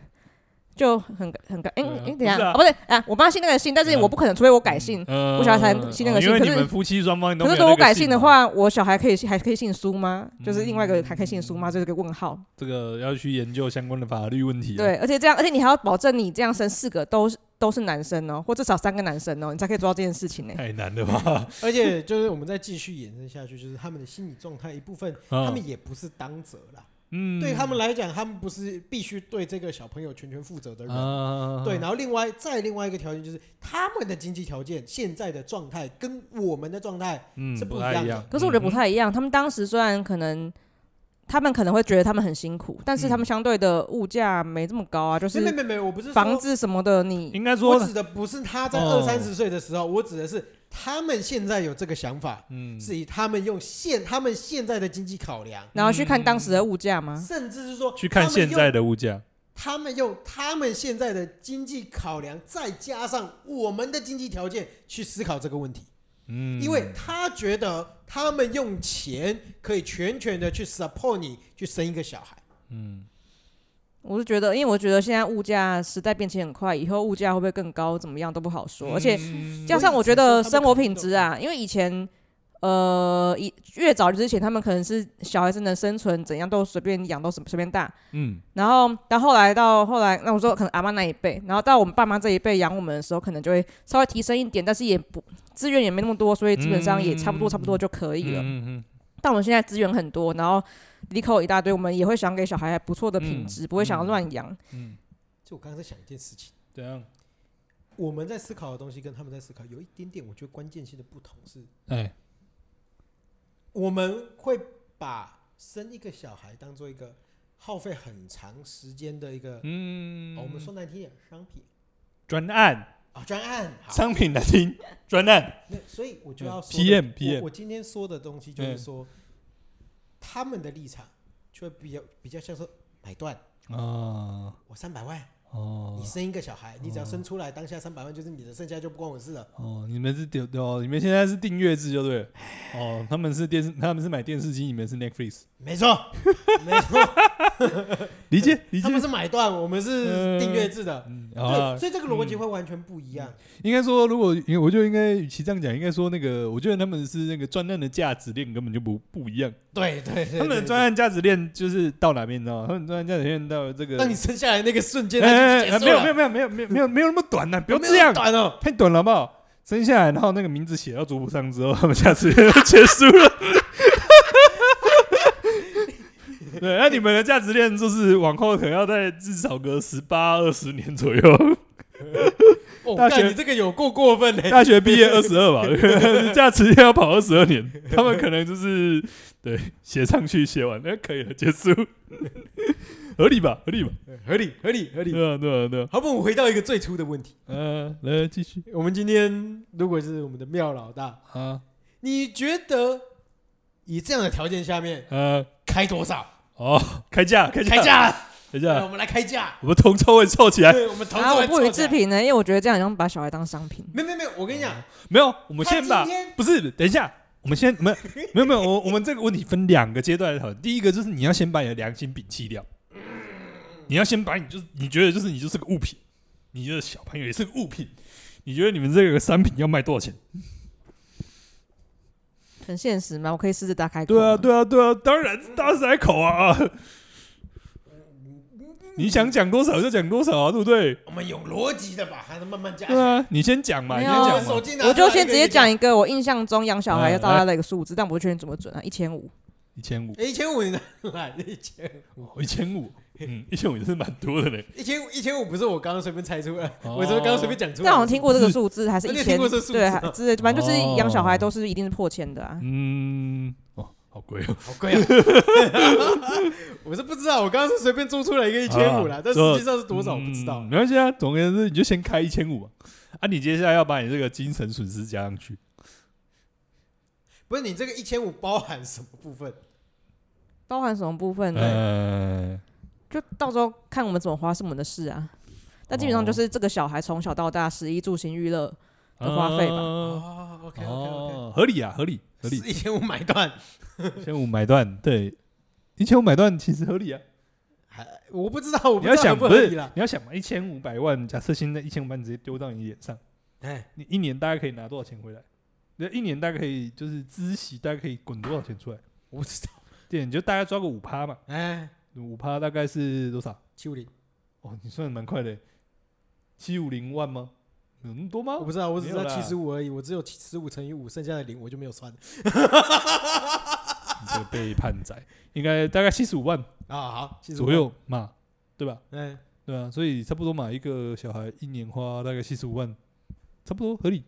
Speaker 3: 就很很尴，哎、
Speaker 2: 对啊
Speaker 3: 哎、等一下
Speaker 2: 不是啊
Speaker 3: 哦，不对啊，我妈信那个姓，但是
Speaker 2: 嗯
Speaker 3: 我不可能，除非我改姓。
Speaker 2: 嗯，
Speaker 3: 我小孩才信那个
Speaker 2: 哦
Speaker 3: 信
Speaker 2: 因为
Speaker 3: 可
Speaker 2: 你
Speaker 3: 是
Speaker 2: 们夫妻双方都
Speaker 3: 可
Speaker 2: 没
Speaker 3: 是
Speaker 2: 有
Speaker 3: 如果
Speaker 2: 那
Speaker 3: 我
Speaker 2: 个
Speaker 3: 改
Speaker 2: 信啊
Speaker 3: 姓的
Speaker 2: 嘛，
Speaker 3: 话，我小孩可以还可以姓苏吗？就是另外一个还可以姓苏
Speaker 2: 嗯
Speaker 3: 吗？这是个问号。
Speaker 2: 这个要去研究相关的法律问题啊。
Speaker 3: 对，而且这样，而且你还要保证你这样生四个都是都是男生哦，或至少三个男生哦，你才可以做到这件事情呢。
Speaker 2: 太难了
Speaker 1: [laughs]
Speaker 2: 吧？嗯
Speaker 1: 而且就是我们再继续延伸下去，就是他们的心理状态一部分，他们也不是当责啦。
Speaker 2: 嗯
Speaker 1: 对他们来讲，他们不是必须对这个小朋友全权负责的人。
Speaker 2: 啊
Speaker 1: 对，然后另外再另外一个条件就是他们的经济条件现在的状态跟我们的状态，
Speaker 2: 嗯
Speaker 1: 是
Speaker 2: 不
Speaker 1: 不一
Speaker 2: 太
Speaker 1: 样
Speaker 2: 一
Speaker 1: 的
Speaker 2: 样。
Speaker 3: 可是我觉得不
Speaker 2: 嗯
Speaker 3: 太一样，他们当时虽然可能。他们可能会觉得他们很辛苦，但是他们相对的物价没这么高啊，就
Speaker 1: 没
Speaker 3: 是
Speaker 1: 没没，我不是说
Speaker 3: 房，子什么的，你
Speaker 2: 应该说
Speaker 1: 我，指的不是他在
Speaker 2: 哦
Speaker 1: 二三十岁的时候，我指的是他们现在有这个想法，
Speaker 2: 嗯，
Speaker 1: 是以他们用现他们现在的经济考量，
Speaker 3: 然后去看当时的物价吗？
Speaker 1: 甚至是说
Speaker 2: 去看现在的物价，
Speaker 1: 他们用他们现在的经济考量，再加上我们的经济条件去思考这个问题，
Speaker 2: 嗯，
Speaker 1: 因为他觉得他们用钱可以全权的去 support 你去生一个小孩。
Speaker 2: 嗯，
Speaker 3: 我是觉得，因为我觉得现在物价时代变迁很快，以后物价会不会更高，怎么样都不好说。而且
Speaker 2: 嗯
Speaker 3: 加上我觉得生活品质啊，因为以前呃，以越早之前他们可能是小孩子能生存，怎样都随便养，都随随便大。
Speaker 2: 嗯
Speaker 3: 然后到后来到后来，那我说可能阿妈那一辈，然后到我们爸妈这一辈养我们的时候，可能就会稍微提升一点，但是也不资源也没那么多，所以基本上也差不多
Speaker 2: 嗯
Speaker 3: 差不多就可以了。
Speaker 2: 嗯嗯
Speaker 3: 但我们现在资源很多，然后离口一大堆，我们也会想给小孩不错的品质，
Speaker 2: 嗯
Speaker 3: 不会想要
Speaker 2: 嗯
Speaker 3: 乱养。
Speaker 2: 嗯，
Speaker 1: 就我刚刚在想一件事情，
Speaker 2: 怎样？
Speaker 1: 我们在思考的东西跟他们在思考有一点点，我觉得关键性的不同是，
Speaker 2: 哎，
Speaker 1: 我们会把生一个小孩当做一个耗费很长时间的一个，
Speaker 2: 嗯
Speaker 1: 哦我们说难听点，商品
Speaker 2: 专案
Speaker 1: 啊专案。好
Speaker 2: 商品难听，专案
Speaker 1: 那所以我就
Speaker 2: 嗯
Speaker 1: 要说的
Speaker 2: PM
Speaker 1: 我我今天说的东西就是说，他们的立场就会比较比较像说买断，
Speaker 2: 啊
Speaker 1: 我三百万，
Speaker 2: 哦
Speaker 1: 你生一个小孩，你只要生出来，当下三百万就是你的，剩下就不关我事
Speaker 2: [laughs]
Speaker 1: 了。
Speaker 2: 哦，你们是丢哦，你们现在是订阅制就对了。哦，他们是电视，他们是买电视机，你们是 Netflix，
Speaker 1: 没错，没
Speaker 2: [laughs]
Speaker 1: 错，
Speaker 2: 理解理解
Speaker 1: 他。们是买断，我们是
Speaker 2: 嗯
Speaker 1: 订阅制的，
Speaker 2: 嗯，好啊嗯
Speaker 1: 对，，所以这个逻辑会完全不一样。
Speaker 2: 应该说，如果因为我就应该，与其这样讲，应该说那个，我觉得他们是那个专案的价值链根本就不不一样。
Speaker 1: 对对对，
Speaker 2: 他们的
Speaker 1: 对
Speaker 2: 专，案价值链就是到哪边，你知道吗？他们专案价值链到
Speaker 1: 对
Speaker 2: 这个，
Speaker 1: 当你生下来那个瞬间，它
Speaker 2: 哎
Speaker 1: 就
Speaker 2: 哎
Speaker 1: 结
Speaker 2: 哎
Speaker 1: 束
Speaker 2: 没有没有
Speaker 1: 了，
Speaker 2: 没有没有没有没有没有那么短啊呢，不要
Speaker 1: 没
Speaker 2: 这样，
Speaker 1: 短哦，
Speaker 2: 太短了好不好？生下来，然后那个名字写到族谱上之后， [laughs] 他们下次就结束了。 [laughs] 对，那你们的价值链就是往后可能要在至少个十八二十年左右，
Speaker 1: 哦
Speaker 2: 大学
Speaker 1: 干你这个有够过分嘞，
Speaker 2: [laughs] 大学毕业二十二吧， [laughs] 价值链要跑二十二年，他们可能就是对写上去写完，哎，可以了，结束， [laughs] 合理吧？合理吧？
Speaker 1: 合理合理合理。
Speaker 2: 对啊，对啊，对啊，
Speaker 1: 好，不，我们回到一个最初的问题。
Speaker 2: 嗯、来继续
Speaker 1: [laughs] 我们今天如果是我们的妙老大，
Speaker 2: 啊，
Speaker 1: 你觉得以这样的条件下面
Speaker 2: 呃，
Speaker 1: 开多少？
Speaker 2: 哦，开价，开价，
Speaker 1: 开， [laughs] 价，
Speaker 2: 开
Speaker 1: 来
Speaker 2: 价
Speaker 1: 我，们来开价。
Speaker 2: 我们同臭味凑起来。
Speaker 1: 对，我们投
Speaker 3: 然
Speaker 1: 资
Speaker 3: 后啊我
Speaker 1: 人
Speaker 3: 不予
Speaker 1: 做起
Speaker 3: 置
Speaker 1: 来。
Speaker 3: 评呢，因为我觉得这样好像把小孩当商品。
Speaker 1: 没有没有没有，我跟你讲，
Speaker 2: 没有，我们
Speaker 1: 他
Speaker 2: 先把
Speaker 1: 今天
Speaker 2: 不是，等一下，我们先没有没有没有，我我们这个问题分两个阶段来讨论。第一个就是你要先把你的良心摒弃掉，你要先把你就是你觉得就是你就是个物品，你的小朋友也是个物品，你觉得你们这个商品要卖多少钱？
Speaker 3: 很现实嘛，我可以狮子大开口。
Speaker 2: 对啊，，对啊，对啊，当然是大塞口啊啊！你想讲多少就讲多少啊，对不对？
Speaker 1: 我们有逻辑的把它慢慢加起
Speaker 2: 对
Speaker 1: 来。
Speaker 2: 啊，你先讲嘛，
Speaker 3: 没
Speaker 2: 你
Speaker 3: 有
Speaker 2: 先
Speaker 3: 啊
Speaker 1: 我
Speaker 2: 讲
Speaker 1: 们
Speaker 2: 嘛
Speaker 1: 手。机拿出来
Speaker 3: 我就先直接讲
Speaker 1: 一
Speaker 3: 一个我印象中养小孩要
Speaker 2: 嗯
Speaker 3: 大概的一个数字，但我不确定怎么准啊，一千五。
Speaker 2: 一千五，
Speaker 1: 哎个一千五，你拿来一千
Speaker 2: 一千五，嗯，一千五也是蛮多的嘞。
Speaker 1: 一千五一千五不是我刚刚随便猜出来，
Speaker 2: 哦
Speaker 1: 我说刚刚随便讲出来。
Speaker 3: 但我听过这个数字，还是
Speaker 1: 我
Speaker 3: 一
Speaker 1: 也
Speaker 3: 千
Speaker 1: 听过这数字
Speaker 3: 对
Speaker 1: 啊，
Speaker 3: 还之类，反正就是
Speaker 2: 哦
Speaker 3: 养小孩都是一定是破千的啊。
Speaker 2: 嗯，哦，好贵哦，
Speaker 1: 好贵啊！ [laughs] 我是不知道，我刚刚是随便做出来一个一千五啦
Speaker 2: 啊，嗯
Speaker 1: 但实际上是多少我不知道
Speaker 2: 嗯。没关系啊，总而言之，你就先开一千五啊，你接下来要把你这个精神损失加上去，
Speaker 1: 不是你这个一千五包含什么部分？
Speaker 3: 包含什么部分呢？
Speaker 2: 呃，
Speaker 3: 就到时候看我们怎么花是我们的事啊。但基本上
Speaker 2: 哦
Speaker 3: 就是这个小孩从小到大，食衣住行娱乐，的花费吧
Speaker 2: 吧。
Speaker 1: 哦，OK OK OK，
Speaker 2: 啊嗯哦，合理啊，合理，合理，
Speaker 1: 是一千五买断，
Speaker 2: 一千五买断，对，一千五买断其实合理啊。
Speaker 1: 还我不知道，我不
Speaker 2: 你
Speaker 1: 知道
Speaker 2: 要
Speaker 1: 合
Speaker 2: 想
Speaker 1: 不合
Speaker 2: 是
Speaker 1: 理啦。
Speaker 2: 你要想嘛，一千五百万，假设现在一千五百万直接丢到你脸上，
Speaker 1: 哎，
Speaker 2: 你一年大概可以拿多少钱回来？那一年大概可以就是孳息，大概可以滚多少钱出来？
Speaker 1: 我不知道，
Speaker 2: 对，你就大概抓个五趴嘛，
Speaker 1: 哎，
Speaker 2: 五趴大概是多少？
Speaker 1: 七五零，
Speaker 2: 哦，你算的蛮快的，七五零万吗？有那么多吗
Speaker 1: 我？不知道，我只知道
Speaker 2: 哦没有
Speaker 1: 七
Speaker 2: 啦
Speaker 1: 十五而已，我只有十五乘以五，剩下的零我就没有算
Speaker 2: 你这个背叛仔，应该大概七十五万
Speaker 1: 啊。好，七十
Speaker 2: 左，右嘛，对吧？
Speaker 1: 哎，
Speaker 2: 对啊，所以差不多嘛，一个小孩一年花大概七十五万，差不多合理，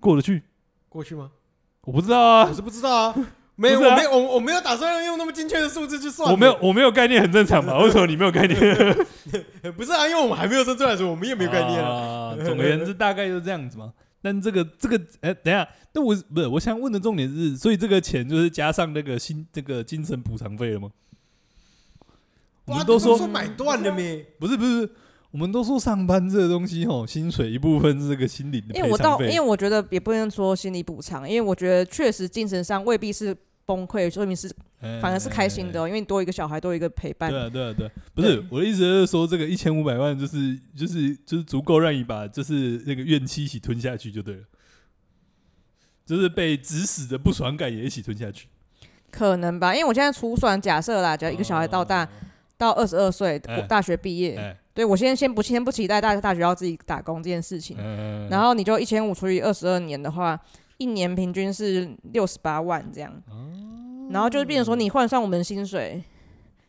Speaker 2: 过得去。
Speaker 1: 过去吗？
Speaker 2: 我不知道啊
Speaker 1: 我，是不知道啊，没有，
Speaker 2: 不是
Speaker 1: 我
Speaker 2: 啊
Speaker 1: 没有，我我没有打算用那么精确的数字去算，
Speaker 2: 我没有，我没有概念，很正常吧？为什么你没有概念？
Speaker 1: 有， [laughs] 不是啊，因为我们还没有生出来的时候，我们也没有概念啊。 [laughs]
Speaker 2: 啊。总而言之，大概就是这样子嘛。但这个这个，哎、等一下，那我不是我想问的重点是，所以这个钱就是加上那个新这个精神补偿费了吗？我
Speaker 1: 哇
Speaker 2: 们都
Speaker 1: 你不是
Speaker 2: 说
Speaker 1: 说买断了没？
Speaker 2: 不是不是，我们都说上班这个东西吼，薪水一部分是这个心理的
Speaker 3: 因为我
Speaker 2: 赔
Speaker 3: 到
Speaker 2: 偿，
Speaker 3: 因
Speaker 2: 费。
Speaker 3: 为我觉得也不能说心理补偿，因为我觉得确实精神上未必是崩溃，说明是
Speaker 2: 哎
Speaker 3: 反而是开心的哦、因为你多一个小孩，多一个陪伴
Speaker 2: 对。啊，对啊，对啊，不是我的意思就是说，这个一千五百万就是就是就是足够让你把就是那个怨气一起吞下去就对了，就是被指使的不爽感也一起吞下去。
Speaker 3: 可能吧，因为我现在初算假设
Speaker 2: 哦
Speaker 3: 啦，假如一个小孩到大、到二十二岁
Speaker 2: 哎，
Speaker 3: 大学毕业，
Speaker 2: 哎，
Speaker 3: 对我现在先不先不期待大大学要自己打工这件事情，
Speaker 2: 嗯
Speaker 3: 然后你就一千五除以二十二年的话，一年平均是六十八万这样，
Speaker 2: 哦
Speaker 3: 然后就变成说你换算我们的薪水，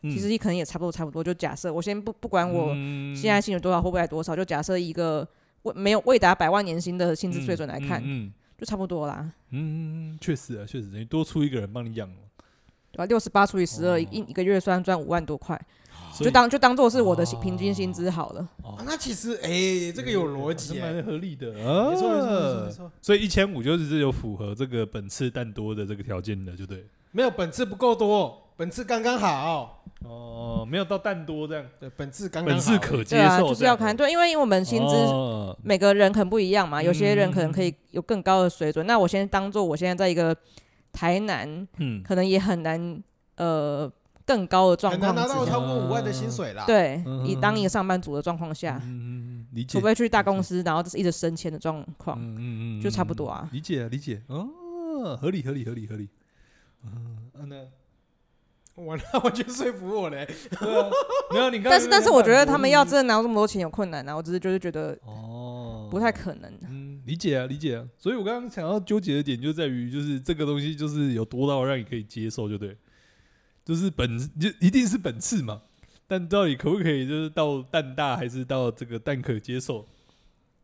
Speaker 2: 嗯
Speaker 3: 其实可能也差不多差不多，就假设我先不不管我
Speaker 2: 嗯
Speaker 3: 现在薪水多少，会不会多少，就假设一个未没有未达百万年薪的薪资水准来看，
Speaker 2: 嗯
Speaker 3: 就差不多啦，
Speaker 2: 嗯，确实啊，确实，你多出一个人帮你养，
Speaker 3: 对吧？六十八除以十
Speaker 2: 哦
Speaker 3: 二，一一个月算赚五万多块，
Speaker 2: 所
Speaker 3: 哦就
Speaker 2: 以哦
Speaker 3: 当就当做是我的薪平均薪资好了。
Speaker 1: 啊那其实，哎，这个有逻辑哎，
Speaker 2: 蛮合理的。啊
Speaker 1: 没错没错没错没错，
Speaker 2: 所以一千五就是有符合这个本次蛋多的这个条件的，就对。
Speaker 1: 没有本次不够多，本次刚刚好，
Speaker 2: 哦，没有到蛋多这样，
Speaker 1: 对，本次刚刚
Speaker 2: 本
Speaker 1: 好
Speaker 2: 次可接
Speaker 3: 对啊，
Speaker 2: 受，哦
Speaker 3: 就是要看对，因为因为我们薪资
Speaker 2: 资
Speaker 3: 每个人可能不一样嘛，有些人可能
Speaker 2: 哦嗯
Speaker 3: 可以有更高的水准。那我先当做我现在在一个台南，
Speaker 2: 嗯，
Speaker 3: 可能也很难呃更高的状
Speaker 1: 很难
Speaker 3: 况
Speaker 1: 拿到
Speaker 3: 之下，
Speaker 1: 超过五万的薪水啦。，
Speaker 3: 对
Speaker 2: 嗯，
Speaker 3: 以当一个上班族的状况下，
Speaker 2: 嗯，理解
Speaker 3: 除，非去大公司，然后就是一直升迁的状况，
Speaker 2: 嗯
Speaker 3: 就差不多啊。
Speaker 2: 理解理解，哦，合理合理合理合理。嗯，那
Speaker 1: 完了，完全说服嗯我嘞。
Speaker 2: 对啊，没有你刚才
Speaker 3: 但是但是我觉得他们要
Speaker 2: 就是
Speaker 3: 真的拿这么多钱有困难啊，我只是就是觉得
Speaker 2: 哦，
Speaker 3: 不太可能。
Speaker 2: 嗯，理解啊，理解啊。所以我刚刚想要纠结的点就在于，就是这个东西就是有多到让你可以接受，就对，就是本就一定是本次嘛，但到底可不可以就是到蛋大还是到这个蛋可接受？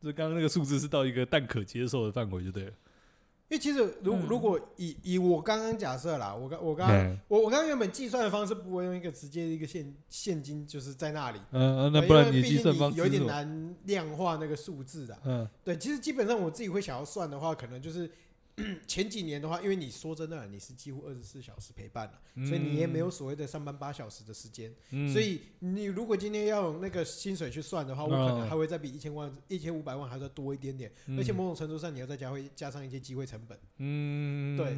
Speaker 2: 就刚刚那个数字是到一个蛋可接受的范围就对了。
Speaker 1: 因为其实如
Speaker 3: 嗯
Speaker 1: 如果以以我刚刚假设啦，我刚我刚
Speaker 2: 嗯
Speaker 1: 我我刚刚原本计算的方式不会用一个直接的一个现现金就是在那里，
Speaker 2: 嗯、呃那
Speaker 1: 对
Speaker 2: 不然
Speaker 1: 因
Speaker 2: 你
Speaker 1: 为
Speaker 2: 的
Speaker 1: 毕竟
Speaker 2: 计算
Speaker 1: 你
Speaker 2: 方式
Speaker 1: 有一
Speaker 2: 是什
Speaker 1: 点
Speaker 2: 么？
Speaker 1: 难量化那个数字的。
Speaker 2: 嗯
Speaker 1: 对，其实基本上我自己会想要算的话，可能就是。前几年的话，因为你说真的，啊你是几乎二十四小时陪伴了、所以你也没有所谓的上班八小时的时间。
Speaker 2: 嗯，
Speaker 1: 所以你如果今天要用那个薪水去算的话，我可能
Speaker 2: 嗯
Speaker 1: 还会再比一千万、一千五百万还要再多一点点，
Speaker 2: 嗯
Speaker 1: 而且某种程度上你要再加会加上一些机会成本。
Speaker 2: 嗯
Speaker 1: 对，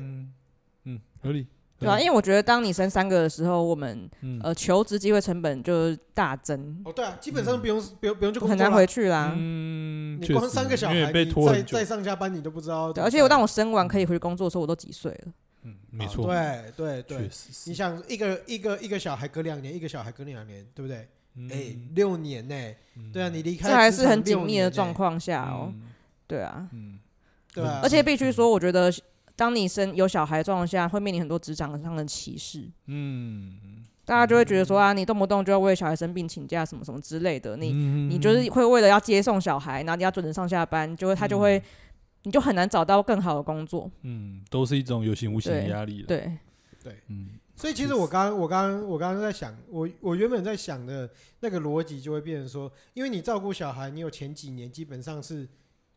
Speaker 2: 嗯合理
Speaker 3: 对啊，因为我觉得当你升三个的时候，我们
Speaker 2: 嗯
Speaker 3: 呃求职机会成本就是大增，
Speaker 1: 哦，对啊，基本上不用、不用不用去工
Speaker 3: 很
Speaker 1: 作
Speaker 3: 难
Speaker 1: 了
Speaker 3: 回去啦。
Speaker 2: 嗯，
Speaker 1: 你
Speaker 2: 确
Speaker 1: 光
Speaker 2: 实
Speaker 1: 三个小
Speaker 2: 因
Speaker 1: 孩，
Speaker 2: 为被
Speaker 1: 你
Speaker 2: 拖
Speaker 1: 再
Speaker 2: 很久
Speaker 1: 再，上下班你都不知道怎
Speaker 3: 对，
Speaker 1: 么办。
Speaker 3: 而且我当我生完可以回去工作的时候，我都几岁了。
Speaker 2: 嗯，没
Speaker 1: 啊
Speaker 2: 错，
Speaker 1: 对对对
Speaker 2: 确，实是
Speaker 1: 你想一个一个一个小孩隔两年，一个小孩隔两年，对不对？
Speaker 2: 嗯
Speaker 1: 哎，六年呢、
Speaker 2: 嗯
Speaker 1: 对啊，你离开
Speaker 3: 这还
Speaker 1: 职
Speaker 3: 是
Speaker 1: 场
Speaker 3: 很紧
Speaker 1: 六
Speaker 3: 密
Speaker 1: 年
Speaker 3: 的
Speaker 1: 呢
Speaker 3: 状，况下哦。
Speaker 2: 嗯
Speaker 3: 对啊，
Speaker 2: 嗯，
Speaker 1: 对啊，
Speaker 3: 而且必须说，我觉得当你生有小孩的状况下，会面临很多职场上的歧视。
Speaker 2: 嗯，嗯
Speaker 3: 大家就会觉得说啊，你动不动就要为小孩生病请假什么什么之类的，你
Speaker 2: 你
Speaker 3: 你就是会为了要接送小孩，然后你要准时上下班，就会他就会你就很难找到更好的工作。
Speaker 2: 嗯，都是一种有形无形的
Speaker 3: 对
Speaker 2: 压力了。，
Speaker 3: 对，
Speaker 2: 嗯
Speaker 1: 所以其实我刚刚我刚刚我刚刚在想，我我原本在想的那个逻辑就会变成说，因为你照顾小孩，你有前几年基本上是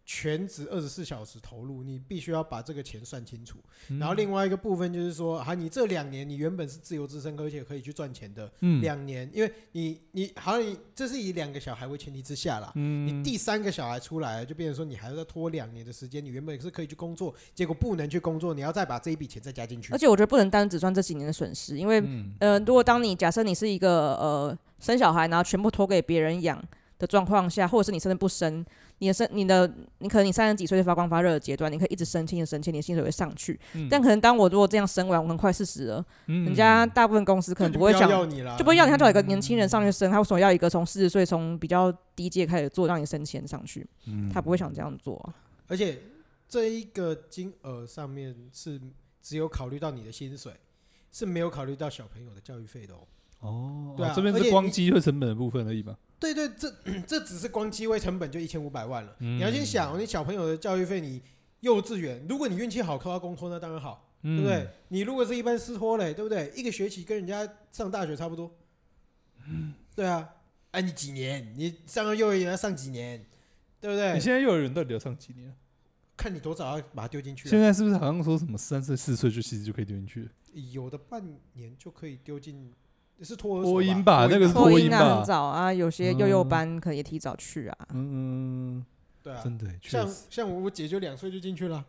Speaker 1: 全职二十四小时投入，你必须要把这个钱算清楚。
Speaker 2: 嗯
Speaker 1: 然后另外一个部分就是说，啊，你这两年你原本是自由职生，而且可以去赚钱的
Speaker 2: 嗯
Speaker 1: 两年，因为你你好像你这是以两个小孩为前提之下啦。你
Speaker 2: 嗯
Speaker 1: 第三个小孩出来了，就变成说你还要再拖两年的时间。你原本是可以去工作，结果不能去工作，你要再把这一笔钱再加进去
Speaker 3: 而。且我觉得不能单只算这几年的损失，因为、
Speaker 2: 嗯
Speaker 3: 呃，如果当你假设你是一个呃生小孩，然后全部托给别人养的状况下，或者是你甚至不生，你的生你的你可能你三十几岁就发光发热的阶段，你可以一直升迁一直升迁，你的薪水会上去。
Speaker 2: 嗯
Speaker 3: 但可能当我如果这样生完，我很快四十了，人家大部分公司可能不会
Speaker 1: 就
Speaker 3: 想
Speaker 1: 要你啦，
Speaker 3: 就不会要你，他找一个年轻人
Speaker 2: 嗯
Speaker 3: 上去升，他为什么要一个从四十岁从比较低阶开始做，让你升迁上去？
Speaker 2: 嗯
Speaker 3: 他不会想这样做啊、
Speaker 1: 而且这一个金额上面是只有考虑到你的薪水，是没有考虑到小朋友的教育费的哦。
Speaker 2: 哦，
Speaker 1: 对啊
Speaker 2: 这边
Speaker 1: 而且
Speaker 2: 是光
Speaker 1: 你
Speaker 2: 机会成本的部分而已吧？
Speaker 1: 对对，这 [clears throat] 这只是光机位成本就一千五百万了。
Speaker 2: 嗯
Speaker 1: 你要先想，你小朋友的教育费，你幼稚园，如果你运气好考到公托，那当然好，
Speaker 2: 对
Speaker 1: 对不对？？你如果是一般私托嘞，对不对？一个学期跟人家上大学差 [laughs] 不多。对啊，哎、你几年？你上个幼儿园要上几年？对不
Speaker 2: 你
Speaker 1: 对？
Speaker 2: 现在幼儿园到底要上几年啊？
Speaker 1: 看你多早要把它丢进去啊、
Speaker 2: 现在是不是好像说什么三岁、四岁就其实就可以丢进去了？
Speaker 1: 有的半年就可以丢进，是托儿
Speaker 2: 托
Speaker 1: 所
Speaker 2: 婴吧那个是
Speaker 1: 托
Speaker 2: 托
Speaker 1: 婴
Speaker 2: 婴吧
Speaker 3: 啊，很早啊，有些幼幼班可能也提早去啊。
Speaker 2: 嗯，
Speaker 1: 对啊，
Speaker 2: 真的耶确
Speaker 1: 像
Speaker 2: 实。
Speaker 1: 像我姐就两岁就进去了，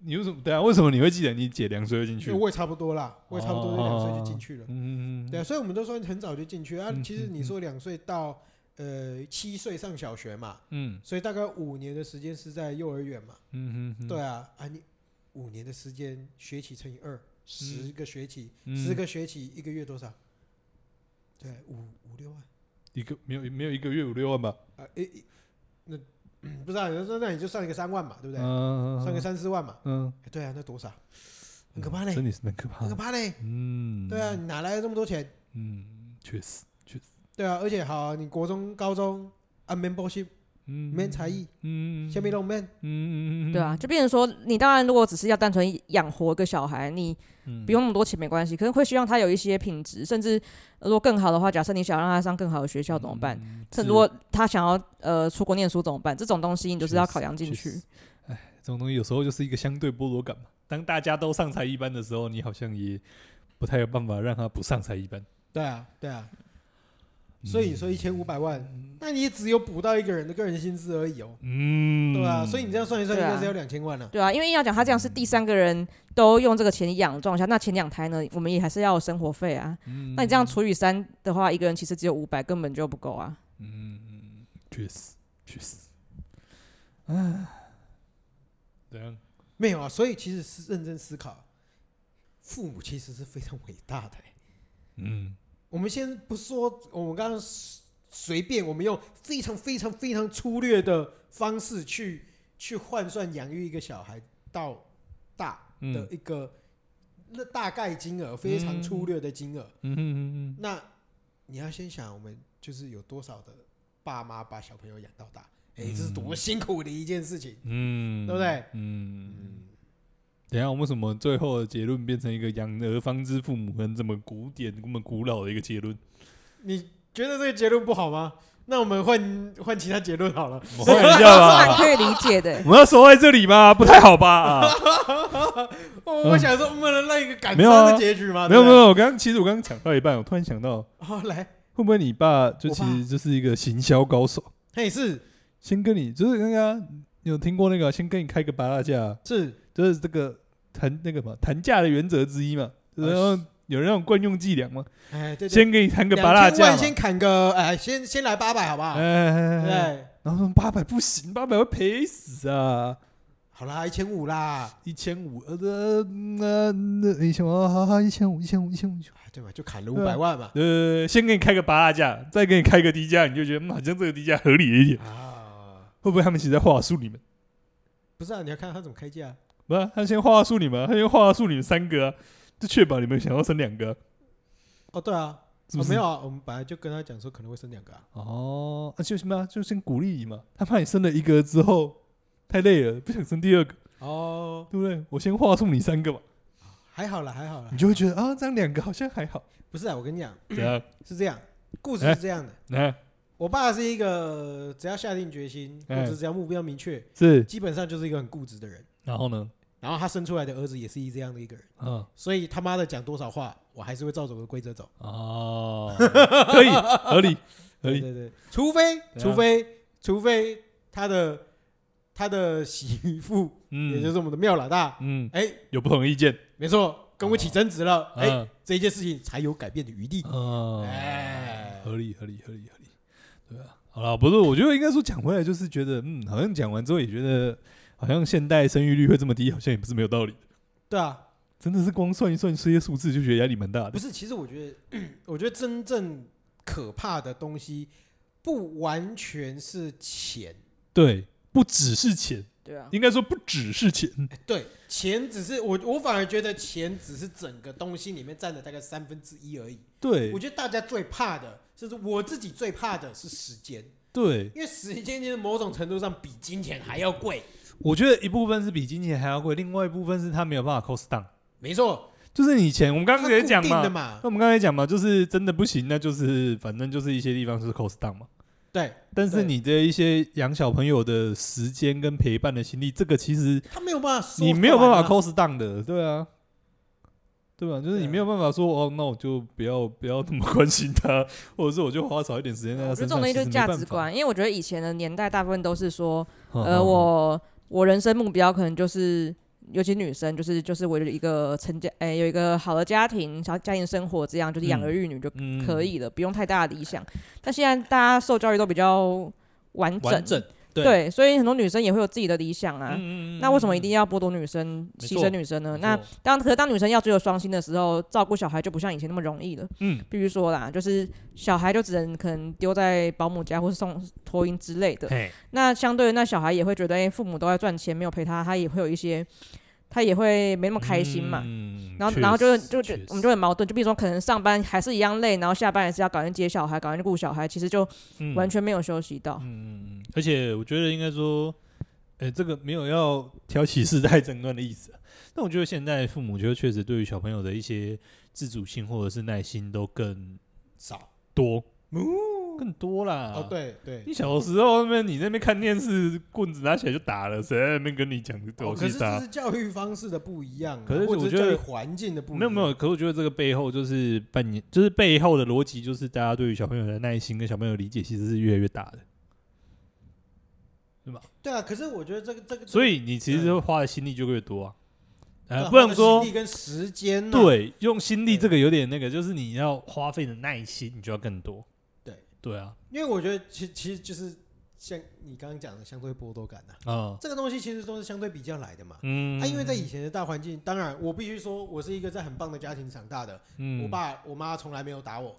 Speaker 2: 你为什么？对啊，为什么你会记得你姐两岁就进去
Speaker 1: 因为？我也差不多啦，我也差不多就两岁就进去了。
Speaker 2: 嗯，
Speaker 1: 对啊，所以我们都说很早就进去啊
Speaker 2: 嗯。
Speaker 1: 其实你说两岁到呃七岁上小学嘛，
Speaker 2: 嗯
Speaker 1: 所以大概五年的时间是在幼儿园嘛。
Speaker 2: 嗯嗯，
Speaker 1: 对啊，啊你五年的时间学期乘以二，十个学期，
Speaker 2: 嗯
Speaker 1: 十个学期一个月多少？对，五五六万
Speaker 2: 一个没有没有一个月五六万吧？
Speaker 1: 啊，诶，诶那 [coughs] 嗯不知道，那那你就算一个三万嘛，对不对？
Speaker 2: 嗯，
Speaker 1: 算个三四万嘛。
Speaker 2: 嗯，
Speaker 1: 哎对啊，那多少？很可怕嘞，
Speaker 2: 真的是很可怕
Speaker 1: 很可。怕嘞。
Speaker 2: 嗯，
Speaker 1: 对啊，，你哪来的这么多钱？
Speaker 2: 嗯，确实确实，
Speaker 1: 对啊，而且好啊、你国中、高中啊，man 补习
Speaker 2: 嗯，
Speaker 1: ，man 才，艺，
Speaker 2: 嗯，
Speaker 1: 下面都 man，
Speaker 2: 嗯嗯嗯，
Speaker 3: 对啊，，就变成说，你当然如果只是要单纯养活一个小孩，
Speaker 2: 嗯
Speaker 3: 你不用那么多钱没关系，可是会希望他有一些品质，甚至如果更好的话，假设你想让他上更好的学校怎么
Speaker 2: 嗯
Speaker 3: 办？甚至如果他想要呃出国念书怎么办？这种东西你就是要考量进
Speaker 2: 确实
Speaker 3: 去。
Speaker 2: 这种东西有时候就是一个相对剥夺感嘛。当大家都上才艺班的时候，你好像也不太有办法让他不上才艺班。
Speaker 1: 对啊，对啊。
Speaker 2: 嗯
Speaker 1: 所以你说一千五百万，那你也只有补到一个人的个人薪资而已哦，
Speaker 2: 嗯，
Speaker 1: 对啊，所以你这样算一算，应
Speaker 3: 对啊
Speaker 1: 该是要两千万了。
Speaker 3: 对啊，因为硬要讲他这样是第三个人都用这个钱养的状况下，那前两胎呢，我们也还是要有生活费啊。那
Speaker 2: 嗯
Speaker 3: 你这样除以三的话，一个人其实只有五百，根本就不够
Speaker 2: [laughs]
Speaker 3: 啊。
Speaker 2: 嗯，确实确实，啊，怎样？
Speaker 1: 没有啊，所以其实是认真思考，父母其实是非常伟大的欸。
Speaker 2: 嗯
Speaker 1: 我们先不说，我们刚刚随随便，我们用非常非常非常粗略的方式去去换算养育一个小孩到大的
Speaker 2: 嗯
Speaker 1: 一个、那大概金额，非常粗略的金额。
Speaker 2: 嗯嗯
Speaker 1: 那你要先想，我们就是有多少的爸妈把小朋友养到大，哎、这是多辛苦的一件事情。
Speaker 2: 嗯，
Speaker 1: 对不对？
Speaker 2: 嗯。等一下，我们为什么最后的结论变成一个“养儿方知父母恩”这么古典、这么古老的一个结论？
Speaker 1: 你觉得这个结论不好吗？那我们换换其他结论好了。
Speaker 2: [laughs] 我们换一下
Speaker 3: 这蛮
Speaker 2: 吧，
Speaker 3: 可以理解的
Speaker 2: [laughs] 我们要守在这里吗？不太好 [laughs] 吧？啊
Speaker 1: 我我想说，我们能让一个感
Speaker 2: 没有啊
Speaker 1: 伤的结局吗？
Speaker 2: 没有没
Speaker 1: 对不对，
Speaker 2: 有，我刚其实我刚刚讲到一半，我突然想到，
Speaker 1: 好、来，
Speaker 2: 会不会你爸就
Speaker 1: 我
Speaker 2: 其
Speaker 1: 爸
Speaker 2: 实就是一个行销高手，
Speaker 1: 嘿是
Speaker 2: 先跟你就是那个啊、你有听过那个啊、先跟你开个八大架，
Speaker 1: 是，
Speaker 2: 就是这个谈那个嘛谈价的原则之一嘛，
Speaker 1: 呃
Speaker 2: 然后有那种惯用伎俩嘛，
Speaker 1: 哎对对，
Speaker 2: 先给你谈个八大
Speaker 1: 2000
Speaker 2: 架
Speaker 1: 万
Speaker 2: 嘛，
Speaker 1: 先砍个，哎，先先来八百好不好？
Speaker 2: 啊哎哎哎哎哎，
Speaker 1: 对，
Speaker 2: 然后说八百不行，八百会赔死啊，
Speaker 1: 好啦，一千五啦，啊
Speaker 2: 一千五呃呃那那一千五好好一千五一千五一千五，
Speaker 1: 哎对吧？就砍了五
Speaker 2: 对啊
Speaker 1: 百万嘛。
Speaker 2: 呃先给你开个八大架，再给你开个低价，你就觉得嗯好像这个低价合理一点，
Speaker 1: 啊，
Speaker 2: 会不会他们其实在话术你们？
Speaker 1: 不是啊，你要看他怎么开价。
Speaker 2: 不是啊，他先话术你们啊，他先话术你们三个啊，就确保你们想要生两个啊，
Speaker 1: 哦，对啊，
Speaker 2: 是不
Speaker 1: 哦
Speaker 2: 是？
Speaker 1: 没有啊，我们本来就跟他讲说可能会生两个啊。
Speaker 2: 哦，啊，就什么、啊，就先鼓励你嘛。他怕你生了一个之后太累了，不想生第二个，
Speaker 1: 哦，
Speaker 2: 对不对？我先话术你三个嘛，
Speaker 1: 还好啦，还好啦
Speaker 2: 你。就会觉得啊，这样两个好像还好。
Speaker 1: 不是啊，我跟你讲
Speaker 2: 怎样？哎
Speaker 1: 是这样，故事是这样的。
Speaker 2: 那、啊、
Speaker 1: 我爸是一个只要下定决心，或
Speaker 2: 哎
Speaker 1: 者只要目标明确，
Speaker 2: 是，
Speaker 1: 基本上就是一个很固执的人。
Speaker 2: 然后呢？
Speaker 1: 然后他生出来的儿子也是一这样的一个人，
Speaker 2: 嗯，
Speaker 1: 所以他妈的讲多少话，我还是会照着我的规则走。
Speaker 2: 哦，可以，合理，合
Speaker 1: 对
Speaker 2: 理。
Speaker 1: 对对，除非
Speaker 2: 哎对啊
Speaker 1: 除非除非他的他的媳妇，也就
Speaker 2: 嗯
Speaker 1: 是我们的妙老大，
Speaker 2: 嗯，
Speaker 1: 哎，
Speaker 2: 有不同意见，
Speaker 1: 没错，跟我起争执了，哎，
Speaker 2: 嗯
Speaker 1: 这一件事情才有改变的余地。
Speaker 2: 嗯，
Speaker 1: 哎
Speaker 2: 合理，合理，合理，合理。对啊，好了，不是，我觉得应该说讲回来，就是觉得，嗯，好像讲完之后也觉得，好像现代生育率会这么低，好像也不是没有道理的。
Speaker 1: 对啊，
Speaker 2: 真的是光算一算这些数字，就觉得压力蛮大
Speaker 1: 不
Speaker 2: 的。
Speaker 1: 是，其实我觉得，我觉得真正可怕的东西，不完全是钱，
Speaker 2: 对，不只是钱，[laughs]
Speaker 3: 对啊，
Speaker 2: 应该说不只是钱。
Speaker 1: 哎对，钱只是我，我反而觉得钱只是整个东西里面占了大概三分之一而已。
Speaker 2: 对
Speaker 1: 我，觉得大家最怕的，就是我自己最怕的是时间，
Speaker 2: 对，
Speaker 1: 因为时间就是某种程度上比金钱还要贵。
Speaker 2: 我觉得一部分是比金钱还要贵，另外一部分是它没有办法 cost down，
Speaker 1: 没错，
Speaker 2: 就是你钱，我们刚刚也讲
Speaker 1: 它固定
Speaker 2: 嘛
Speaker 1: 的，嘛
Speaker 2: 那，我们刚才讲嘛，就是真的不行，那就是反正就是一些地方是 cost down 嘛。
Speaker 1: 对，
Speaker 2: 但是
Speaker 1: 对
Speaker 2: 你的一些养小朋友的时间跟陪伴的心力，这个其实
Speaker 1: 他没有办法，
Speaker 2: 你没有办法。cost down 的，对啊，对吧？就是
Speaker 1: 对啊
Speaker 2: 你没有办法说哦，那我就不要不要那么关心他，或者是我就花少一点时间在
Speaker 3: 我
Speaker 2: 他
Speaker 3: 觉得
Speaker 2: 身上。
Speaker 3: 这种东西就是
Speaker 2: 其实没
Speaker 3: 价
Speaker 2: 办法
Speaker 3: 值，观，因为我觉得以前的年代大部分都是说，
Speaker 2: 嗯
Speaker 3: 呃，
Speaker 2: 嗯
Speaker 3: 我我人生目标可能就是，尤其女生就是就是我有一个成家，哎、有一个好的家庭，小家庭生活这样，就是养儿育女就
Speaker 2: 嗯
Speaker 3: 可以了，不用太大的理想。但现在大家受教育都比较完整，
Speaker 2: 完整，对
Speaker 3: 对，所以很多女生也会有自己的理想啊。
Speaker 2: 嗯
Speaker 3: 那为什么一定要剥夺女生、
Speaker 2: 没
Speaker 3: 牺
Speaker 2: 错
Speaker 3: 牲女生呢？那
Speaker 2: 没错
Speaker 3: 当可是当女生要只有双薪的时候，照顾小孩就不像以前那么容易了。
Speaker 2: 嗯
Speaker 3: 必须说啦，就是小孩就只能可能丢在保姆家或是送托婴之类的。
Speaker 2: 嘿
Speaker 3: 那相对的，那小孩也会觉得，哎、父母都在赚钱，没有陪他，他也会有一些，他也会没那么开心嘛。
Speaker 2: 嗯
Speaker 3: 然后，
Speaker 2: 确
Speaker 3: 然后就
Speaker 2: 实
Speaker 3: 就
Speaker 2: 确
Speaker 3: 就我
Speaker 2: 实
Speaker 3: 们就很矛盾，就比如说，可能上班还是一样累，然后下班也是要赶快接小孩，赶快顾小孩，其实就
Speaker 2: 嗯
Speaker 3: 完全没有休息到。
Speaker 2: 嗯，嗯嗯，而且我觉得应该说，呃、这个没有要挑起世代争端的意思、啊。但我觉得现在父母觉得确实对于小朋友的一些自主性或者是耐心都更
Speaker 1: 少
Speaker 2: 多，更多啦。
Speaker 1: 嗯哦，。对对，
Speaker 2: 你小时候那边你那边看电视，棍子拿起来就打了，谁在那边跟你讲
Speaker 1: 哦，
Speaker 2: 东
Speaker 1: 可
Speaker 2: 西啊
Speaker 1: 是
Speaker 2: 打？
Speaker 1: 这是教育方式的不一样啊，
Speaker 2: 可是
Speaker 1: 或者
Speaker 2: 我觉
Speaker 1: 教
Speaker 2: 得
Speaker 1: 育环境的不一样，
Speaker 2: 没有没有，可是我觉得这个背后就是扮演，就是背后的逻辑就是大家对于小朋友的耐心跟小朋友的理解其实是越来越大的，
Speaker 1: 对啊，可是我觉得这个这个，
Speaker 2: 所以你其实会花的心力就越多啊。
Speaker 1: 这个
Speaker 2: 呃，不能
Speaker 1: 花
Speaker 2: 说
Speaker 1: 的心力跟时间呢，
Speaker 2: 对，用心力
Speaker 1: 对
Speaker 2: 这个有点那个，就是你要花费的耐心，你就要更多。
Speaker 1: 对，
Speaker 2: 对啊，
Speaker 1: 因为我觉得其其实就是像你刚刚讲的相对剥夺感呐、啊，
Speaker 2: 啊，
Speaker 1: 这个东西其实都是相对比较来的嘛。
Speaker 2: 嗯，
Speaker 1: 他、啊因为在以前的大环境，当然我必须说，我是一个在很棒的家庭长大的，
Speaker 2: 嗯
Speaker 1: 我，爸我妈从来没有打我，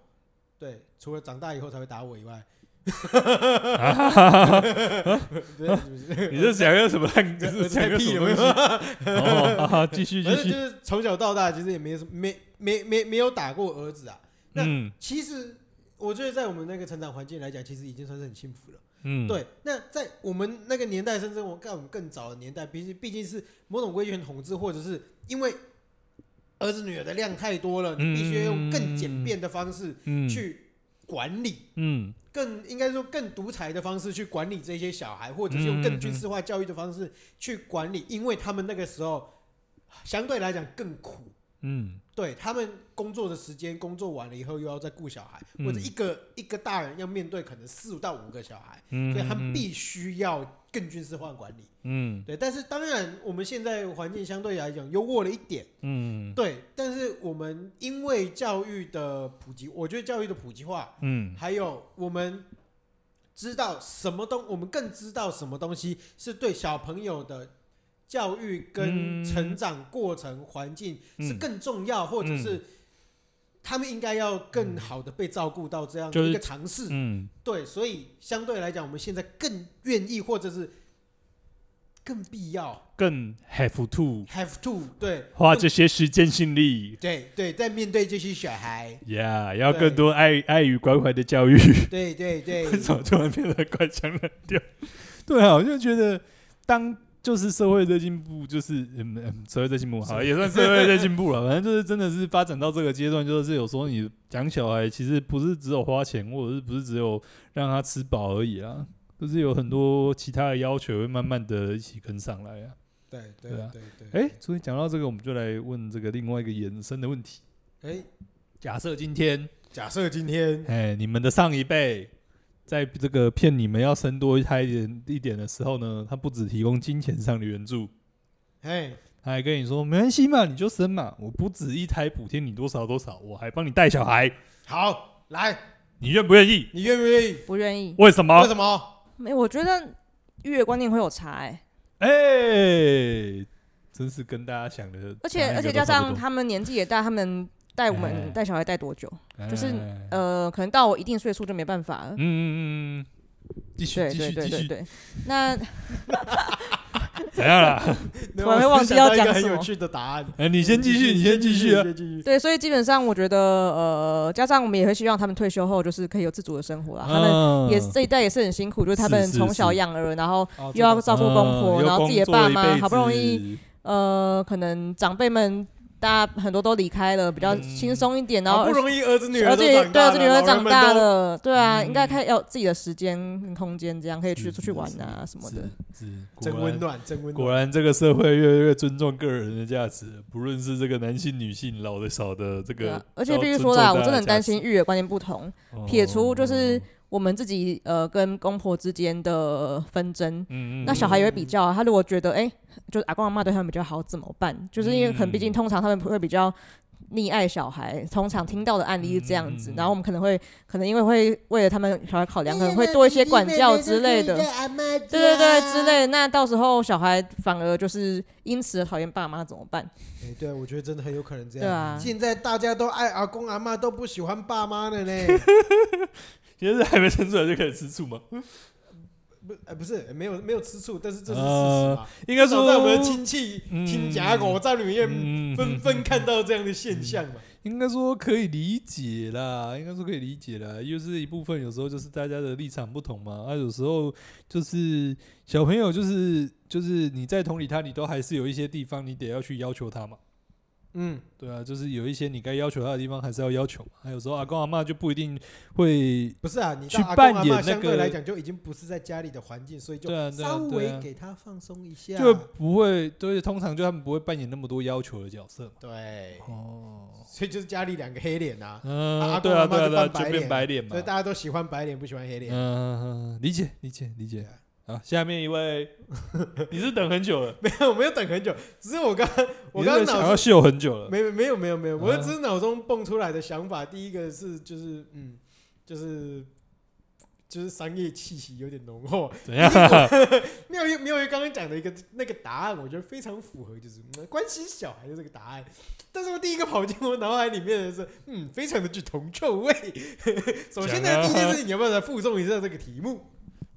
Speaker 1: 对，除了长大以后才会打我以外， [laughs] 对，
Speaker 2: [laughs] [laughs] 你这
Speaker 1: [laughs]
Speaker 2: 讲个什么烂？这
Speaker 1: 这这
Speaker 2: 是讲
Speaker 1: 太
Speaker 2: 个
Speaker 1: 屁
Speaker 2: 什
Speaker 1: 了
Speaker 2: 么
Speaker 1: 没有
Speaker 2: 东西？
Speaker 1: [laughs]
Speaker 2: 哦，哈哈继续
Speaker 1: 反
Speaker 2: 继
Speaker 1: 正就
Speaker 2: 续，
Speaker 1: 是从小到大，其实也没什么没没没没有打过儿子啊。那
Speaker 2: 嗯
Speaker 1: 其实我觉得在我们那个成长环境来讲，其实已经算是很幸福了。
Speaker 2: 嗯，，
Speaker 1: 对，那在我们那个年代，甚至我更我们更早的年代，毕竟毕竟是某种威权统治，或者是因为儿子女儿的量太多了，你必须用更简便的方式
Speaker 2: 嗯，，
Speaker 1: 去管理。
Speaker 2: 嗯
Speaker 1: 更应该说更独裁的方式去管理这些小孩，或者是用更军事化教育的方式去管理，因为他们那个时候相对来讲更苦，
Speaker 2: 嗯，
Speaker 1: 对他们工作的时间，工作完了以后又要再顾小孩，
Speaker 2: 嗯
Speaker 1: 或者一个一个大人要面对可能四到五个小孩，
Speaker 2: 嗯，
Speaker 1: 所以他们必须要更军事化管理。
Speaker 2: 嗯，
Speaker 1: 对，但是当然我们现在环境相对来讲优渥了一点，
Speaker 2: 嗯嗯
Speaker 1: 对，但是我们因为教育的普及，我觉得教育的普及化。
Speaker 2: 嗯，
Speaker 1: 还有我们知道什么东，我们更知道什么东西是对小朋友的教育跟
Speaker 2: 嗯
Speaker 1: 成长过程环境
Speaker 2: 嗯
Speaker 1: 是更重要，或者是他们应该要更好的被照顾到这样的
Speaker 2: 嗯就是
Speaker 1: 一个尝试。
Speaker 2: 嗯，
Speaker 1: 对，所以相对来讲，我们现在更愿意，或者是更必要
Speaker 2: 更 have to
Speaker 1: have to 对
Speaker 2: 花这些时间心力
Speaker 1: 对对，在面对这些小孩，
Speaker 2: ，yeah，要
Speaker 1: 对
Speaker 2: 更多爱爱与关怀的教育。
Speaker 1: 对 [laughs]
Speaker 2: [laughs]
Speaker 1: 对对，
Speaker 2: 为什么突然变得官腔滥调？对啊，我就觉得当就是社会在进步，就是嗯嗯，社会在进步，好也算社会在进步了。 [laughs] 反正就是真的是发展到这个阶段，就是有时候你养小孩，其实不是只有花钱，或者是不是只有让他吃饱而已啊，就是有很多其他的要求会慢慢的一起跟上来啊。
Speaker 1: 对对
Speaker 2: 对啊
Speaker 1: 对对。
Speaker 2: 哎、所以讲到这个，我们就来问这个另外一个延伸的问题：
Speaker 1: 哎，
Speaker 2: 假设今天，
Speaker 1: 假设今天 [laughs]
Speaker 2: 哎、你们的上一辈在这个骗你们要生多一胎一点一点的时候呢，他不只提供金钱上的援助，
Speaker 1: 哎，
Speaker 2: 他还跟你说没关系嘛，你就生嘛，我不止一胎补贴你多少多少，我还帮你带小孩，
Speaker 1: 好，来，
Speaker 2: 你愿不愿意？
Speaker 1: 你愿不愿意？
Speaker 3: 不愿意。
Speaker 2: 为什么
Speaker 1: 为？什么？
Speaker 3: 没，我觉得育儿观念会有差哎、
Speaker 2: 哎、真是跟大家想的哪一个都差不多，
Speaker 3: 而且而且加上他们年纪也大，他们带我
Speaker 2: 哎
Speaker 3: 们带小孩带多久？
Speaker 2: 哎，
Speaker 3: 就是
Speaker 2: 嗯
Speaker 3: 呃，可能到我一定岁数就没办法了。
Speaker 2: 嗯嗯嗯，继续
Speaker 3: 对
Speaker 2: 继
Speaker 3: 对
Speaker 2: 续继
Speaker 3: 对对
Speaker 2: 续，哎
Speaker 3: 对，那
Speaker 2: 怎样啦？
Speaker 3: 突然会
Speaker 1: [laughs]
Speaker 3: 忘记要讲
Speaker 1: 我只想到一个
Speaker 3: 什么
Speaker 1: 很有趣的答案。
Speaker 2: 哎、你先继续，你先继续啊。
Speaker 1: 你先继续
Speaker 3: 对，所以基本上我觉得呃，加上我们也会希望他们退休后就是可以有自主的生活啦。 [laughs] 他们
Speaker 2: 嗯
Speaker 3: 也这一代也是很辛苦，就是他
Speaker 2: 是
Speaker 3: 们
Speaker 2: 是
Speaker 3: 从小
Speaker 2: 是
Speaker 3: 养儿，然后
Speaker 1: 哦
Speaker 3: 又要照顾公
Speaker 2: 嗯
Speaker 3: 婆，然后自己的爸
Speaker 2: 又工作一
Speaker 3: 妈，
Speaker 2: 辈
Speaker 3: 好不容易
Speaker 2: 子
Speaker 3: 呃，可能长辈们大家很多都离开了，比较
Speaker 2: 嗯
Speaker 3: 轻松一点，然
Speaker 1: 好
Speaker 3: 后
Speaker 1: 不
Speaker 3: 儿
Speaker 1: 容易儿子女儿
Speaker 3: 而
Speaker 1: 都
Speaker 3: 且
Speaker 1: 长
Speaker 3: 对
Speaker 1: 大
Speaker 3: 儿
Speaker 1: 了，
Speaker 3: 子女儿长大
Speaker 1: 老人们
Speaker 3: 了，对啊，
Speaker 2: 嗯
Speaker 3: 应该开要有自己的时间跟空间，这样可以去出去玩啊什么的。，
Speaker 2: 是是
Speaker 1: 都真温。暖，真温
Speaker 2: 果然
Speaker 1: 暖。
Speaker 2: 果然，这个社会越来越尊重个人的价值，不论是这个男性、女性、老的、少的，这
Speaker 3: 对
Speaker 2: 个
Speaker 3: 啊
Speaker 2: 都，
Speaker 3: 而且必须
Speaker 2: 尊
Speaker 3: 说
Speaker 2: 重
Speaker 3: 啦，
Speaker 2: 大
Speaker 3: 我
Speaker 2: 家
Speaker 3: 真的很
Speaker 2: 价
Speaker 3: 担
Speaker 2: 值
Speaker 3: 心育儿观念不同，
Speaker 2: 哦
Speaker 3: 撇除就是我们自己呃跟公婆之间的纷争。
Speaker 2: 嗯嗯，
Speaker 3: 那小孩也会比较啊，他如果觉得哎、就是阿公阿妈对他们比较好怎么办？就是因为可能毕竟
Speaker 2: 嗯
Speaker 3: 通常他们会比较溺爱小孩，通常听到的案例是这样
Speaker 2: 嗯
Speaker 3: 子。
Speaker 2: 嗯嗯
Speaker 3: 然后我们可能会可能因为会为了他们小孩考量，可能会多一些管教之类的，对对对之类的。那到时候小孩反而就是因此而讨厌爸妈怎么办？
Speaker 1: 哎，对，我觉得真的很有可能这
Speaker 3: 对
Speaker 1: 样。
Speaker 3: 啊，
Speaker 1: 现在大家都爱阿公阿妈，都不喜欢爸妈了呢。
Speaker 3: [laughs]
Speaker 2: 其实还没生出来就开始吃醋吗？
Speaker 1: 不，呃，不是，没有没有吃醋，但是这是事实嘛。
Speaker 2: 呃应该
Speaker 1: 至少
Speaker 2: 说
Speaker 1: 在我们的亲戚
Speaker 2: 嗯
Speaker 1: 亲家狗在里面
Speaker 2: 嗯
Speaker 1: 纷纷看到这样的现象嘛。
Speaker 2: 应该说可以理解啦，应该说可以理解啦，又是一部分，有时候就是大家的立场不同嘛，啊，有时候就是小朋友就是就是你在同理他，你都还是有一些地方你得要去要求他嘛，
Speaker 1: 嗯，
Speaker 2: 对啊，就是有一些你该要求他的地方还是要要求嘛，还有时候阿公阿妈就不一定会，
Speaker 1: 不是啊，你
Speaker 2: 去
Speaker 1: 到阿公
Speaker 2: 扮
Speaker 1: 阿
Speaker 2: 演
Speaker 1: 嬷
Speaker 2: 那
Speaker 1: 相对
Speaker 2: 个
Speaker 1: 来讲就已经不是在家里的环境，所以就
Speaker 2: 对啊对啊
Speaker 1: 稍
Speaker 2: 对
Speaker 1: 微
Speaker 2: 啊
Speaker 1: 给他放松一下。
Speaker 2: 就不会，对，通常就他们不会扮演那么多要求的角色嘛，
Speaker 1: 对， [laughs]
Speaker 2: 哦，
Speaker 1: 所以就是家里两个黑脸啊，
Speaker 2: 嗯，
Speaker 1: 阿
Speaker 2: 对
Speaker 1: 公
Speaker 2: 啊
Speaker 1: 阿嬷
Speaker 2: 对啊
Speaker 1: 就
Speaker 2: 对啊，
Speaker 1: 扮白
Speaker 2: 就变
Speaker 1: 脸
Speaker 2: 白脸嘛
Speaker 1: 所以，大家都喜欢白脸，不喜欢黑脸。
Speaker 2: 嗯，理解理解理
Speaker 1: 对
Speaker 2: 解
Speaker 1: 啊，
Speaker 2: 好，下面一位，
Speaker 1: [laughs]
Speaker 2: 你是等很久了。
Speaker 1: 没 [laughs] 有，我没有等很久，只是我刚我刚
Speaker 2: 你
Speaker 1: 刚
Speaker 2: 是不是想
Speaker 1: 脑
Speaker 2: 要
Speaker 1: 中
Speaker 2: 秀很久了。
Speaker 1: [laughs] 没没有没有没有，我
Speaker 2: 嗯
Speaker 1: 只是脑中蹦出来的想法，第一个是就是嗯，就是就是商业气息有点浓
Speaker 2: [laughs]
Speaker 1: 厚，
Speaker 2: 怎样？
Speaker 1: 没有没有刚刚讲的一个那个答案，我觉得非常符合，就是嗯关心小孩的这个答案。但是我第一个跑进我脑海里面的是，嗯，非常的具铜臭味。 [laughs] 首先
Speaker 2: 讲
Speaker 1: 呢，
Speaker 2: 啊
Speaker 1: 第一件事情你要不要来附送一下这个题目？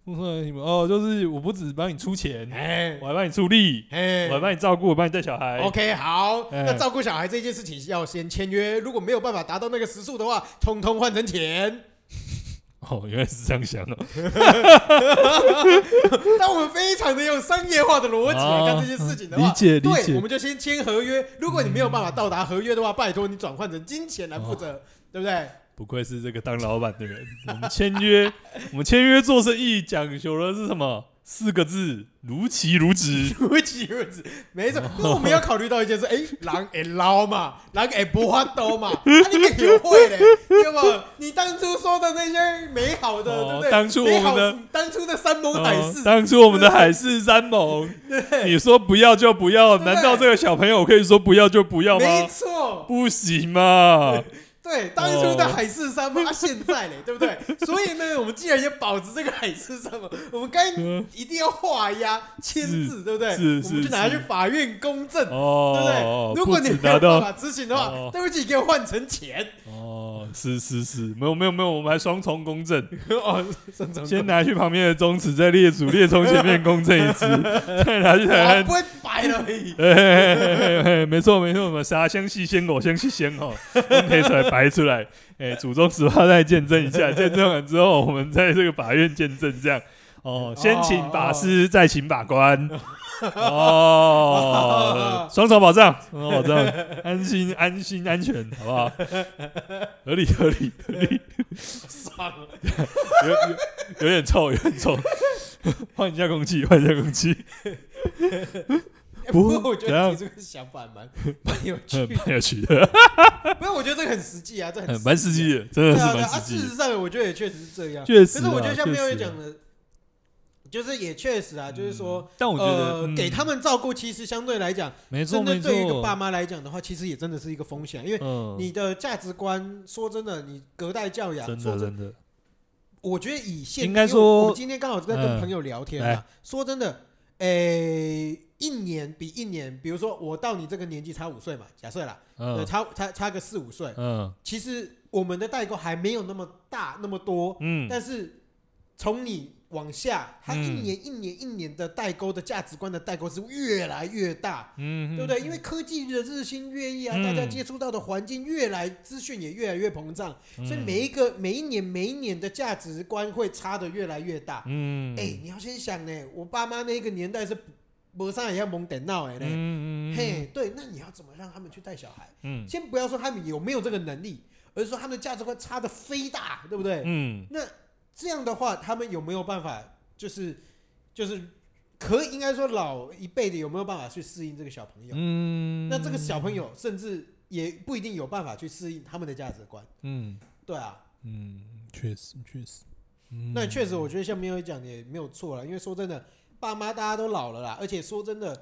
Speaker 2: 我说你们哦，就是我不只帮你出钱，
Speaker 1: 哎
Speaker 2: 我还帮你出力，
Speaker 1: 哎
Speaker 2: 嗯我还帮你照顾，我帮你带小孩。
Speaker 1: OK，好，
Speaker 2: 哎
Speaker 1: 那照顾小孩这件事情要先签约，如果没有办法达到那个时速的话，通通换成钱。
Speaker 2: 哦，原来是这样想的。
Speaker 1: 当我们非常的用商业化的逻辑来看这件事情的话，
Speaker 2: 啊理解理
Speaker 1: 对，
Speaker 2: 解
Speaker 1: 我们就先签合约。如果你没有办法到达合约的话，拜托你转换成金钱来负
Speaker 2: 啊
Speaker 1: 责，对不对？
Speaker 2: 不愧是这个当老板的人。我们签约，我们签约做生意讲求的是什么？四个字：如期
Speaker 1: [laughs]
Speaker 2: 如职。
Speaker 1: 如期如职，没错。那我们要考虑到一件事，哎、狼 [laughs] 会捞嘛，狼会不发抖
Speaker 2: [laughs]
Speaker 1: 嘛，啊，你们有会嘞，对吗？你当初说的那些美好的，
Speaker 2: 哦
Speaker 1: 对不对？
Speaker 2: 当初我们的
Speaker 1: 美好当初的山盟海
Speaker 2: 哦
Speaker 1: 誓，
Speaker 2: 当初我们的海誓山盟，
Speaker 1: [laughs]
Speaker 2: 你说不要就不要，
Speaker 1: 对
Speaker 2: 难道这个小朋友可以说不要就不要
Speaker 1: 没
Speaker 2: 吗？
Speaker 1: 错，
Speaker 2: 不行嘛！
Speaker 1: 对，当初的海誓山
Speaker 2: 哦
Speaker 1: 盟，啊，现在嘞，对不
Speaker 2: [laughs]
Speaker 1: 对？所以呢，我们既然也保持这个海誓山盟，我们该
Speaker 2: 嗯
Speaker 1: 一定要画押签字，对不对？
Speaker 2: 是
Speaker 1: 我们
Speaker 2: 是
Speaker 1: 就拿去
Speaker 2: 是
Speaker 1: 法院公证。对不
Speaker 2: 哦
Speaker 1: 对？，如果
Speaker 2: 不
Speaker 1: 你
Speaker 2: 止
Speaker 1: 没
Speaker 2: 拿
Speaker 1: 有办
Speaker 2: 到
Speaker 1: 法执行的话
Speaker 2: 哦，
Speaker 1: 对不起，给我换成钱
Speaker 2: 哦，是是是，没有没有没有，我们还双重
Speaker 1: [laughs]
Speaker 2: 公证，
Speaker 1: 哦，沈总
Speaker 2: 先拿去旁边的宗祠，再列祖列宗前面公证
Speaker 1: [laughs]
Speaker 2: 一次，再拿去台
Speaker 1: 啊
Speaker 2: 湾
Speaker 1: 不。会白了而已。
Speaker 2: 哎嘿嘿嘿嘿没错没错，我们啥香系鲜果，香系鲜哦，分配出来摆出来，哎，祖宗十八代见证一下，见证完之后，我们在这个法院见证这样。哦，先请法师，再请法官。哦，双手保障，双手保障，安心安心安全，好不好？合理合理合理， [laughs]
Speaker 1: 爽了，
Speaker 2: 有有有点臭，有点臭， [laughs] 换一下空气，换一下空气，
Speaker 1: 哎
Speaker 2: 不
Speaker 1: 不过我觉
Speaker 2: 怎
Speaker 1: 得
Speaker 2: 样
Speaker 1: 你这个想法蛮蛮有趣
Speaker 2: [laughs] 嗯，
Speaker 1: 的，
Speaker 2: 蛮有趣的，
Speaker 1: 不是？我觉得这个很实际啊，这很
Speaker 2: 嗯蛮实际的，真的
Speaker 1: 对
Speaker 2: 是
Speaker 1: 啊对
Speaker 2: 蛮
Speaker 1: 啊
Speaker 2: 实
Speaker 1: 事
Speaker 2: 际
Speaker 1: 实
Speaker 2: 的，
Speaker 1: 上，我觉得也确实是这样。
Speaker 2: [laughs] 确
Speaker 1: 可
Speaker 2: 实
Speaker 1: 是
Speaker 2: 啊，
Speaker 1: 我觉得像
Speaker 2: 确
Speaker 1: 妙
Speaker 2: 实
Speaker 1: 友
Speaker 2: 啊
Speaker 1: 讲的，就是也确实啊，就是说，
Speaker 2: 嗯但我觉得
Speaker 1: 呃，给他们照顾，其实相对来讲，
Speaker 2: 没错
Speaker 1: 真
Speaker 2: 没
Speaker 1: 的
Speaker 2: 错，
Speaker 1: 对于一个爸妈来讲的话，其实也真的是一个风险，啊因为
Speaker 2: 嗯，
Speaker 1: 你的价值观，说真的，你隔代教养，
Speaker 2: 真
Speaker 1: 说
Speaker 2: 的
Speaker 1: 真
Speaker 2: 真的，
Speaker 1: 我觉得以现
Speaker 2: 应该
Speaker 1: 因为
Speaker 2: 说
Speaker 1: 我们今天刚好在跟
Speaker 2: 嗯
Speaker 1: 朋友聊天
Speaker 2: 来
Speaker 1: 啊，说真的，诶、一年比一年，比如说我到你这个年纪差五岁嘛，假设啦，呃，
Speaker 2: 嗯
Speaker 1: 差差差个四五岁，
Speaker 2: 嗯
Speaker 1: 其实我们的代沟还没有那么大那么多，
Speaker 2: 嗯，
Speaker 1: 但是从你往下，它一
Speaker 2: 嗯
Speaker 1: 年一年一年的代沟的价值观的代沟是越来越大，
Speaker 2: 嗯，
Speaker 1: 对不对？因为科技的日新月异啊，
Speaker 2: 嗯
Speaker 1: 大家接触到的环境越来资讯也越来越膨胀，
Speaker 2: 嗯
Speaker 1: 所以每一个每一年每一年的价值观会差的越来越大。
Speaker 2: 嗯，
Speaker 1: 哎，你要先想呢，我爸妈那个年代是没上也要蒙点闹哎
Speaker 2: 嗯
Speaker 1: 呢，
Speaker 2: 嗯嗯
Speaker 1: 嘿，对，那你要怎么让他们去带小孩？
Speaker 2: 嗯
Speaker 1: 先不要说他们有没有这个能力，而是说他们的价值观差的非大，对不对？
Speaker 2: 嗯
Speaker 1: 那这样的话，他们有没有办法，就是就是可以应该说老一辈的有没有办法去适应这个小朋友？
Speaker 2: 嗯，
Speaker 1: 那这个小朋友甚至也不一定有办法去适应他们的价值观，
Speaker 2: 嗯
Speaker 1: 对啊。
Speaker 2: 嗯，确实确实，嗯
Speaker 1: 那确实，我觉得像没有讲的也没有错了，因为说真的，爸妈大家都老了啦，而且说真的。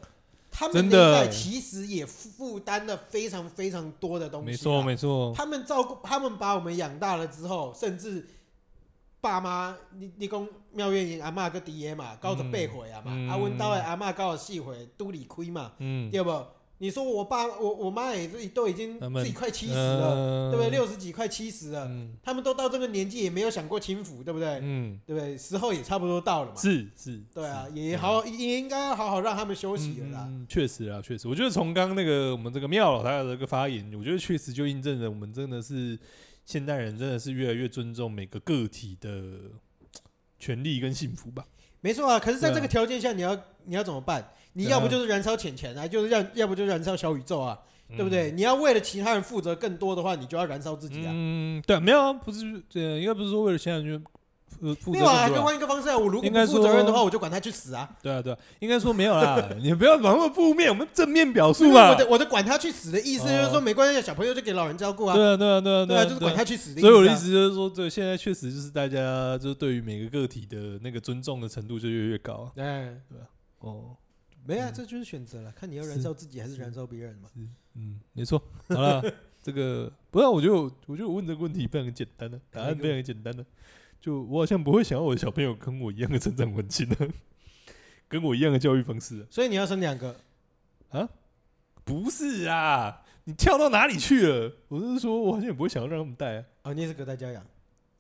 Speaker 1: 他们
Speaker 2: 真
Speaker 1: 那
Speaker 2: 的
Speaker 1: 一代其实也负担了非常非常多的东西啦，啊
Speaker 2: 没错没错，
Speaker 1: 他们照顾，他们把我们养大了之后，甚至爸妈，你你讲妙月因阿嬷个爹嘛，高十八岁啊嘛，
Speaker 2: 嗯
Speaker 1: 啊阮兜的阿嬷高十四岁，拄离开嘛，
Speaker 2: 嗯，
Speaker 1: 对不？你说我爸我我妈也是都已经
Speaker 2: 他们呃
Speaker 1: 自己快七十了，对不对？六十几快七十了，
Speaker 2: 嗯
Speaker 1: 他们都到这个年纪也没有想过轻浮，对不对？
Speaker 2: 嗯，
Speaker 1: 对不对？时候也差不多到了嘛，
Speaker 2: 是是，
Speaker 1: 对啊，也好也应该要好好让他们休息了啦。
Speaker 2: 嗯，确实啊，确实，我觉得从刚刚那个我们这个妙老他的这个发言，我觉得确实就印证了我们真的是现代人真的是越来越尊重每个个体的权利跟幸福吧。
Speaker 1: 没错啊，可是在
Speaker 2: 对啊
Speaker 1: 这个条件下，你要你要怎么办？你要不就是燃烧钱钱啊，就是让要不就燃烧小宇宙啊，
Speaker 2: 嗯
Speaker 1: 对不对？你要为了其他人负责更多的话，你就要燃烧自己啊。
Speaker 2: 嗯，对，没有啊，不是，呃，应该不是说为了现在就负负
Speaker 1: 没
Speaker 2: 责
Speaker 1: 有啊，
Speaker 2: 更
Speaker 1: 可以
Speaker 2: 多啊
Speaker 1: 换一个方式啊。我如果
Speaker 2: 应
Speaker 1: 不
Speaker 2: 该
Speaker 1: 负责任的话，
Speaker 2: 说
Speaker 1: 我就管他去死啊。
Speaker 2: 对啊，对啊，应该说没有啦，你不要往那么负面，我们正面表述
Speaker 1: 因为
Speaker 2: 嘛。
Speaker 1: 我的我的管他去死的意思就是说，没关系，小朋友就给老人照顾啊。
Speaker 2: 哦对啊，对啊，对啊，
Speaker 1: 对
Speaker 2: 啊，
Speaker 1: 啊，就是管他去死的意思啊。
Speaker 2: 所以我的意思就是说，对，现在确实就是大家就是对于每个个体的那个尊重的程度就越来越高啊。
Speaker 1: 哎，
Speaker 2: 哦，
Speaker 1: 没啊，这就是选择了，看你要燃烧自己还是燃烧别人嘛。
Speaker 2: 嗯，没错。好了， [laughs] 这个不啊要，我觉得我我觉得我问这个问题非常简单的，答案非常简单的，就我好像不会想要我的小朋友跟我一样的成长环境呢、 [laughs] 跟我一样的教育方式啊、
Speaker 1: 所以你要生两个，
Speaker 2: 不是啊，你跳到哪里去了？我是说，我好像也不会想要让他们带啊。
Speaker 1: 哦，你也是隔代教养，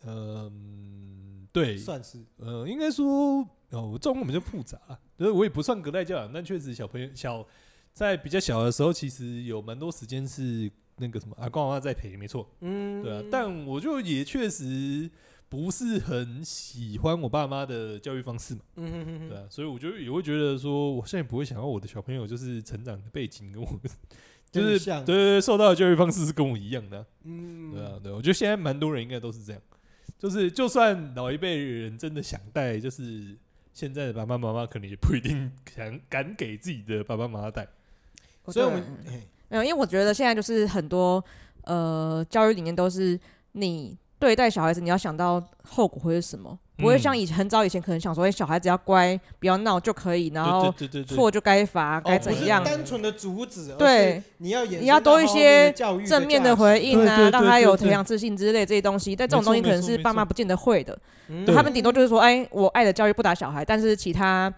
Speaker 2: 嗯，对，
Speaker 1: 算是
Speaker 2: 呃，应该说，哦，我这种我们就复杂了，就是我也不算隔代教养，但确实小朋友小在比较小的时候，其实有蛮多时间是那个什么阿公阿妈在陪，没错，
Speaker 1: 嗯，
Speaker 2: 对啊，但我就也确实不是很喜欢我爸妈的教育方式嘛，
Speaker 1: 嗯哼哼
Speaker 2: 对
Speaker 1: 哼
Speaker 2: 啊，所以我就也会觉得说，我现在不会想要我的小朋友就是成长的背景跟我 [laughs] 就
Speaker 1: 很
Speaker 2: 是
Speaker 1: 像
Speaker 2: 对对对受到的教育方式是跟我一样的啊、
Speaker 1: 嗯，
Speaker 2: 对啊，对，我觉得现在蛮多人应该都是这样，就是就算老一辈人真的想带，就是现在的爸爸妈妈可能也不一定想敢给自己的爸爸妈妈带。
Speaker 1: 所以我
Speaker 3: 对
Speaker 1: 们嘿
Speaker 3: 没有，因为我觉得现在就是很多呃教育理念都是你对待小孩子，你要想到后果会是什么，不会
Speaker 2: 嗯
Speaker 3: 像以前很早以前可能想说，哎，小孩子要乖，不要闹就可以，然后
Speaker 2: 对对对对哦对，
Speaker 3: 错就该罚，该
Speaker 1: 哦不
Speaker 3: 怎
Speaker 1: 是
Speaker 3: 样。
Speaker 1: 单纯的阻止，而
Speaker 3: 对
Speaker 1: 是你要衍
Speaker 3: 你要
Speaker 1: 生
Speaker 3: 多
Speaker 1: 到
Speaker 3: 一
Speaker 1: 后
Speaker 3: 些
Speaker 1: 面的教育
Speaker 3: 正面的
Speaker 1: 价值
Speaker 3: 回应
Speaker 2: 对
Speaker 3: 啊，
Speaker 2: 对
Speaker 3: 让
Speaker 2: 对
Speaker 3: 他
Speaker 2: 对
Speaker 3: 有
Speaker 2: 对
Speaker 3: 培养自信之类这些东西，但这种
Speaker 2: 没
Speaker 3: 东西
Speaker 2: 错
Speaker 3: 可
Speaker 2: 没
Speaker 3: 能
Speaker 2: 错
Speaker 3: 是
Speaker 2: 没
Speaker 3: 爸妈
Speaker 2: 错
Speaker 3: 不见得会的。
Speaker 1: 嗯
Speaker 2: 对
Speaker 3: 他们顶多就是说，哎，我爱的教育不打小孩，但是其他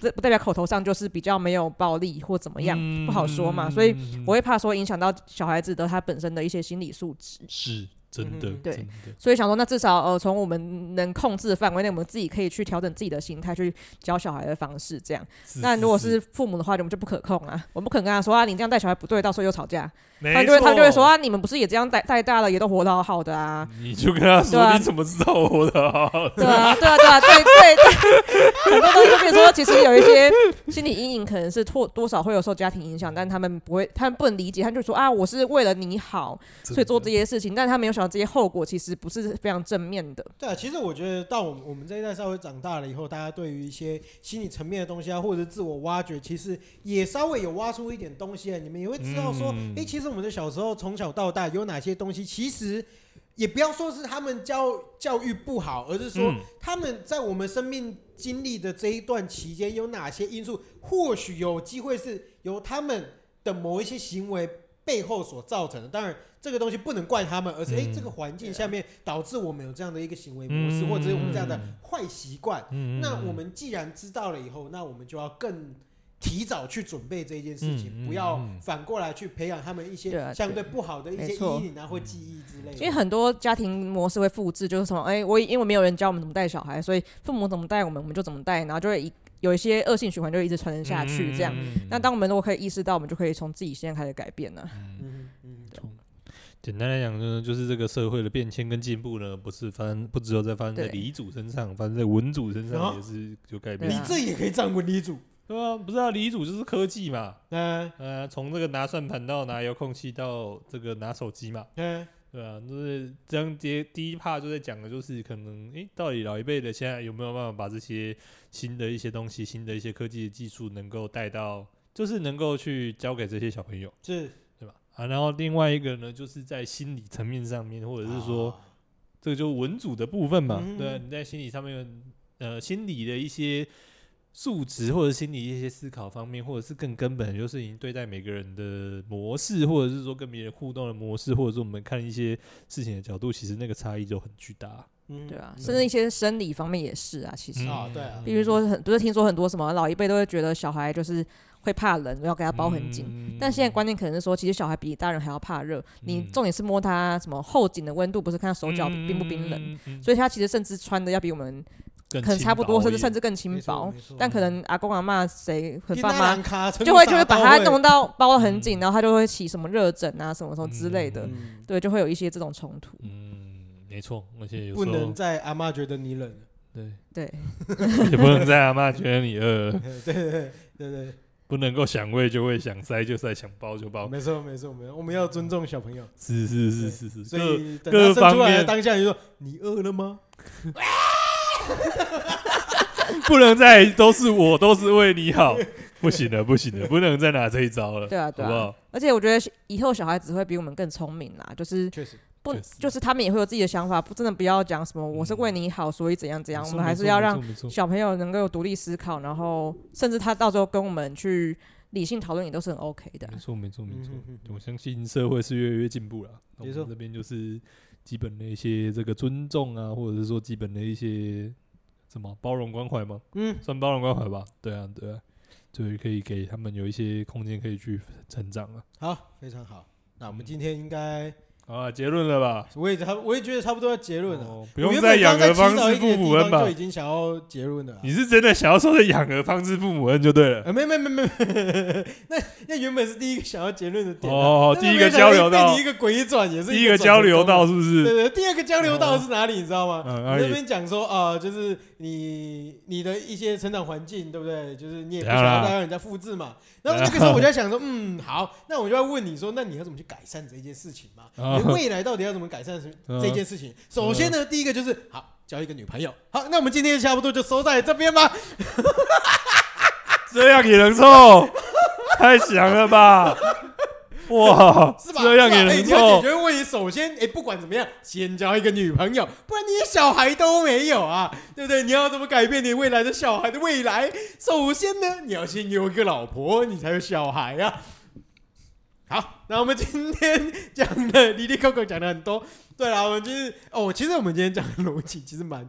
Speaker 3: 这不代表口头上就是比较没有暴力或怎么样，不好说嘛。所以
Speaker 2: 嗯
Speaker 3: 我会怕说影响到小孩子的他本身的一些心理素质。
Speaker 2: 是真的
Speaker 1: 嗯，
Speaker 3: 对
Speaker 2: 真的
Speaker 3: 所以想说，那至少呃，从我们能控制的范围内，我们自己可以去调整自己的心态，去教小孩的方式。这样，
Speaker 2: 是
Speaker 3: 那如果
Speaker 2: 是
Speaker 3: 是父母的话，我们就不可控啊，我们不可能跟他说啊，你这样带小孩不对，到时候又吵架。他
Speaker 2: 他
Speaker 3: 们就会他们就会说，啊，你们不是也这样带带大了，也都活得好好
Speaker 2: [laughs]
Speaker 3: 的啊。
Speaker 2: 你就跟他
Speaker 3: 对
Speaker 2: 说
Speaker 3: 啊
Speaker 2: 你怎么知道我的好？
Speaker 3: 对啊，对啊，对啊，对对对，很多东西，比如说，其实有一些心理阴影，可能是多多少会有受家庭影响，但他们不会，他们不能理解，他们就说啊，我是为了你好，所以做这些事情，但他没有想到这些后果其实不是非常正面的。
Speaker 1: 对啊，其实我觉得到我们我们这一代稍微长大了以后，大家对于一些心理层面的东西啊，或者是自我挖掘，其实也稍微有挖出一点东西啊来。你们也会知道说，哎、
Speaker 2: 嗯
Speaker 1: 其实我们的小时候从小到大有哪些东西，其实也不要说是他们教教育不好，而是说
Speaker 2: 嗯
Speaker 1: 他们在我们生命经历的这一段期间，有哪些因素，或许有机会是由他们的某一些行为背后所造成的。当然，这个东西不能怪他们，而
Speaker 2: 嗯
Speaker 1: 是诶哎这个环境下面导致我们有这样的一个行为模式，
Speaker 2: 嗯
Speaker 1: 或者是我们这样的坏习惯。
Speaker 2: 嗯，嗯
Speaker 1: 那我们既然知道了以后，那我们就要更。提早去准备这件事情，
Speaker 2: 嗯嗯
Speaker 1: 不要
Speaker 2: 嗯
Speaker 1: 反过来去培养他们一
Speaker 3: 对
Speaker 1: 些
Speaker 3: 啊
Speaker 1: 相对不好的一些
Speaker 3: 没错
Speaker 1: 阴影啊或记忆
Speaker 2: 嗯
Speaker 1: 之类的。
Speaker 3: 因为很多家庭模式会复制，就是什么，哎、我因为没有人教我们怎么带小孩，所以父母怎么带我们，我们就怎么带，然后就会一有一些恶性循环，就会一直传承下去。这样，
Speaker 2: 嗯嗯嗯
Speaker 3: 那当我们如果可以意识到，我们就可以从自己现在开始改变了。
Speaker 1: 嗯哼嗯哼
Speaker 2: 简单来讲呢，就是这个社会的变迁跟进步呢，不是发生不只有在发生在
Speaker 3: 对
Speaker 2: 黎主身上，发生在文主身
Speaker 1: 啊
Speaker 2: 上也是有改变
Speaker 3: 哦对
Speaker 1: 你
Speaker 3: 啊。
Speaker 1: 这也可以站稳立主，
Speaker 2: 对啊，不是啊，黎主就是科技嘛，
Speaker 1: 嗯
Speaker 2: 呃，从这个拿算盘到拿遥控器到这个拿手机嘛，
Speaker 1: 嗯
Speaker 2: 对啊，就是这样第第一趴就在讲的就是可能诶、到底老一辈的现在有没有办法把这些新的一些东西、新的一些科技的技术能够带到，就是能够去教给这些小朋友，
Speaker 1: 是，
Speaker 2: 对吧？啊，然后另外一个呢，就是在心理层面上面，或者是说。
Speaker 1: 啊，
Speaker 2: 这个就是文组的部分嘛，
Speaker 1: 嗯
Speaker 2: 对啊，你在心理上面，呃，心理的一些素质或者心理一些思考方面，或者是更根本的，就是你对待每个人的模式，或者是说跟别人互动的模式，或者是我们看一些事情的角度，其实那个差异就很巨大。
Speaker 1: 嗯
Speaker 3: 对啊，
Speaker 1: 嗯
Speaker 3: 甚至一些生理方面也是啊，其实，
Speaker 1: 嗯啊对啊
Speaker 3: 比如说很，不是听说很多什么老一辈都会觉得小孩就是会怕冷，要给他包很紧。
Speaker 2: 紧
Speaker 3: 但现在观念可能是说，其实小孩比大人还要怕热。你
Speaker 2: 嗯嗯
Speaker 3: 重点是摸他什么后颈的温度，不是看他手脚冰不冰冷。，所以他其实甚至穿的要比我们
Speaker 2: 以
Speaker 3: 可能差不多，甚至甚
Speaker 2: 至
Speaker 3: 至更
Speaker 1: 没
Speaker 3: 轻
Speaker 1: 错
Speaker 3: 薄
Speaker 1: 没。错
Speaker 3: 但可能阿公阿妈谁和
Speaker 1: 一
Speaker 3: 爸
Speaker 1: 拉
Speaker 3: 妈
Speaker 1: 两卡撑
Speaker 3: 就会就
Speaker 1: 伞
Speaker 3: 会把
Speaker 1: 到
Speaker 3: 他
Speaker 1: 位
Speaker 3: 弄到包得很紧，然后他就会起什么热疹啊，什么什么之类的，
Speaker 1: 嗯
Speaker 3: 对，就会有一些这种冲突。
Speaker 2: 嗯，没错，而且有
Speaker 1: 不
Speaker 2: 时候
Speaker 1: 能再阿妈觉得你冷了，
Speaker 2: 对，
Speaker 3: 对，
Speaker 2: 也不能再阿妈觉得你饿，
Speaker 1: 对对对对对
Speaker 2: 不能够想喂就喂，想塞就塞，想包就包
Speaker 1: 对，，没错没错没错，我们要尊重小朋友，
Speaker 2: 是是是是是，
Speaker 1: 所
Speaker 2: 各
Speaker 1: 以等
Speaker 2: 各
Speaker 1: 他生出
Speaker 2: 方
Speaker 1: 来的
Speaker 2: 面
Speaker 1: 当下你就说你饿了吗？
Speaker 2: 不能再都是我，都是为
Speaker 1: [laughs]
Speaker 2: 你好，不行了，不行了，不能再拿这一招了，
Speaker 3: 对啊，对
Speaker 2: 好不
Speaker 3: 啊。
Speaker 2: 好？
Speaker 3: 而且我觉得以后小孩子会比我们更聪明啦，就是
Speaker 1: 确实，
Speaker 3: 不
Speaker 2: 确实
Speaker 3: 就是他们也会有自己的想法，不真的不要讲什么我是为你好，所以怎样怎啊样，我们还是要让小朋友能够有独立思考，然后甚至他到时候跟我们去理性讨论也都是很 OK 的啊。
Speaker 2: 没错，没错，没错
Speaker 1: 嗯哼。哼
Speaker 2: 我相信社会是越来越进步了。那
Speaker 1: 没
Speaker 2: 我们
Speaker 1: 错
Speaker 2: 这边就是基本的一些这个尊重啊，或者是说基本的一些什么包容关怀吗？
Speaker 1: 嗯，
Speaker 2: 算包容关怀吧。对啊，对啊，就是可以给他们有一些空间可以去成长啊。
Speaker 1: 好，非常好。那我们今天应该，
Speaker 2: 好啊，结论了吧？
Speaker 1: 我也差不，我也觉得差不多要结论啊了。
Speaker 2: 哦不
Speaker 1: 不
Speaker 2: 用再养儿防治父母恩吧
Speaker 1: 就已？经想要结论了啊。
Speaker 2: 你是真的想要说的养儿防治父母恩就对了。
Speaker 1: 呃，没没没没，没那那原本是第一个想要结论的点啊。
Speaker 2: 哦
Speaker 1: 但是
Speaker 2: 第一个
Speaker 1: 没想到
Speaker 2: 交流
Speaker 1: 被
Speaker 2: 道
Speaker 1: 你一个鬼转也是
Speaker 2: 第一个
Speaker 1: 转
Speaker 2: 交
Speaker 1: 成
Speaker 2: 流
Speaker 1: 功的
Speaker 2: 道是不是？
Speaker 1: 对对，第二个交流道是哪里？你知道吗？
Speaker 2: 嗯
Speaker 1: 你
Speaker 2: 而
Speaker 1: 那
Speaker 2: 已。
Speaker 1: 边讲说啊、呃就是你你的一些成长环境，对不对？就是你也不
Speaker 2: 怎样
Speaker 1: 想
Speaker 2: 啦
Speaker 1: 要让人家复制嘛。
Speaker 2: [laughs]
Speaker 1: 然后那个时候我就在想说，嗯，好，那我就要问你说，那你要怎么去改善这件事情嘛？
Speaker 2: 啊
Speaker 1: 你未来到底要怎么改善什
Speaker 2: [laughs] 嗯
Speaker 1: 这件事情？首先呢，第一个就是好交一个女朋友。好，那我们今天差不多就收在这边吧。
Speaker 2: 这样也能凑？太强了吧！哇，
Speaker 1: 是吧？
Speaker 2: 这样也
Speaker 1: 是吧哎
Speaker 2: 能
Speaker 1: 你要解
Speaker 2: 凑？
Speaker 1: 决问题，首先，哎，不管怎么样，先交一个女朋友，不然你连小孩都没有啊， [laughs] 对不对？你要怎么改变你未来的小孩的未来？首先呢，你要先有一个老婆，你才有小孩啊。 [laughs] 好，那我们今天讲的 [laughs] 离离扣扣讲的很多，对啦，我们就是哦，其实我们今天讲的逻辑其实蛮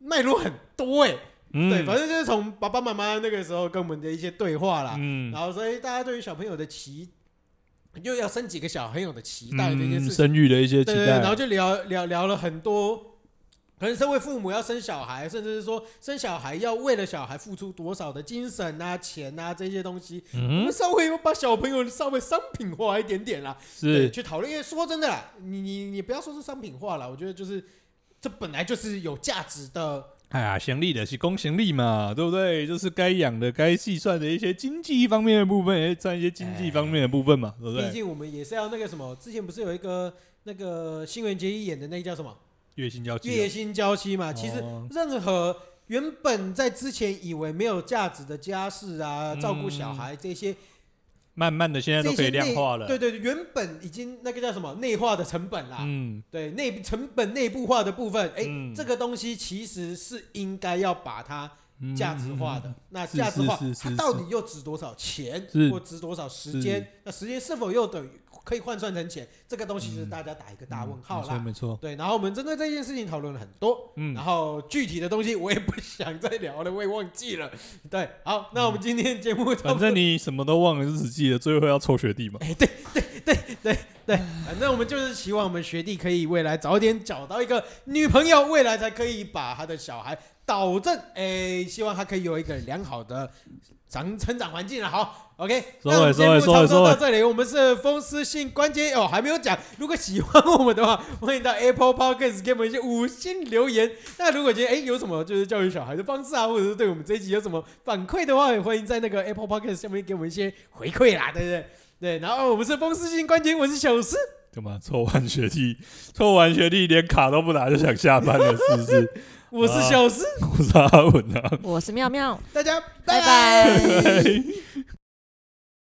Speaker 1: 脉络很多哎、对，反
Speaker 2: 嗯
Speaker 1: 正就是从爸爸妈妈那个时候跟我们的一些对话啦，
Speaker 2: 嗯
Speaker 1: 然后所以大家对于小朋友的期又要生几个小很有的期待这件
Speaker 2: 嗯，
Speaker 1: 事情。
Speaker 2: 生育的一些期
Speaker 1: 对对，对然后
Speaker 2: 待，
Speaker 1: 就聊聊聊了很多，可能身为父母要生小孩，甚至是说生小孩要为了小孩付出多少的精神啊、钱啊这些东西，我
Speaker 2: 嗯
Speaker 1: 们，稍微有把小朋友稍微商品化一点点啦，对，
Speaker 2: 是
Speaker 1: 去讨论。因为说真的啦，你你你不要说是商品化啦，我觉得就是这本来就是有价值的，
Speaker 2: 哎呀，行力的是公行力嘛，对不对？就是该养的、该计算的一些经济方面的部分，也占一些经济方面的部分嘛，对不
Speaker 1: 毕
Speaker 2: 对？
Speaker 1: 竟我们也是要那个什么，之前不是有一个那个新垣结衣演的那个叫什么
Speaker 2: 月薪交
Speaker 1: 《月
Speaker 2: 际
Speaker 1: 薪娇妻》嘛，其实
Speaker 2: 啊哦
Speaker 1: 任何原本在之前以为没有价值的家事啊，
Speaker 2: 嗯
Speaker 1: 照顾小孩这些，
Speaker 2: 慢慢的现在
Speaker 1: 这
Speaker 2: 都可
Speaker 1: 些
Speaker 2: 以量
Speaker 1: 内
Speaker 2: 化了，
Speaker 1: 对对，对原本已经那个叫什么内化的成本啦，
Speaker 2: 嗯，
Speaker 1: 对内成本内部化的部分，哎、
Speaker 2: 嗯
Speaker 1: 这个东西其实是应该要把它
Speaker 2: 嗯
Speaker 1: 价值化的。，那
Speaker 2: 是
Speaker 1: 价值化
Speaker 2: 是是是
Speaker 1: 它到底又值多少钱
Speaker 2: 是，
Speaker 1: 或值多少时
Speaker 2: 是
Speaker 1: 间？那时间是否又等于可以换算成钱？这个东西是
Speaker 2: 嗯
Speaker 1: 大家打一个大问号
Speaker 2: 嗯
Speaker 1: 啦。
Speaker 2: 没错，嗯
Speaker 1: 对，然后我们针对这件事情讨论了很多。
Speaker 2: 没
Speaker 1: 然
Speaker 2: 错
Speaker 1: 后具体的东西我也不想再聊了，我也忘记了。对，好，那我们今天节目
Speaker 2: 嗯，
Speaker 1: 差
Speaker 2: 反
Speaker 1: 不多，
Speaker 2: 正你什么都忘了，就只记得最后要臭学弟嘛，
Speaker 1: 反啊正我们就是希望我们学弟可以未来早点找到一个女朋友，未来才可以把他的小孩导正，哎，希望他可以有一个良好的长成长环境了。啊好，OK，
Speaker 2: 收
Speaker 1: 那我们
Speaker 2: 尾
Speaker 1: 节
Speaker 2: 收尾
Speaker 1: 目
Speaker 2: 收
Speaker 1: 差
Speaker 2: 尾
Speaker 1: 不多
Speaker 2: 收尾
Speaker 1: 到这里，我们是风湿性关节哦，还没有讲。如果喜欢我们的话，欢迎到 Apple Podcast 给我们一些五星留言。那如果觉得哎有什么就是教育小孩的方式啊，或者是对我们这一集有什么反馈的话，也欢迎在那个 Apple Podcast 下面给我们一些回馈啦，对不对？对，然后我们是风湿性关节，我是小诗，
Speaker 2: 干嘛？臭完学弟，臭完学弟连卡都不拿就想下班了，是不是？ [laughs]
Speaker 1: 我是小诗，
Speaker 2: 我是阿文啊。
Speaker 3: 我是妙妙，
Speaker 1: 大家
Speaker 3: 拜拜。
Speaker 2: 嘿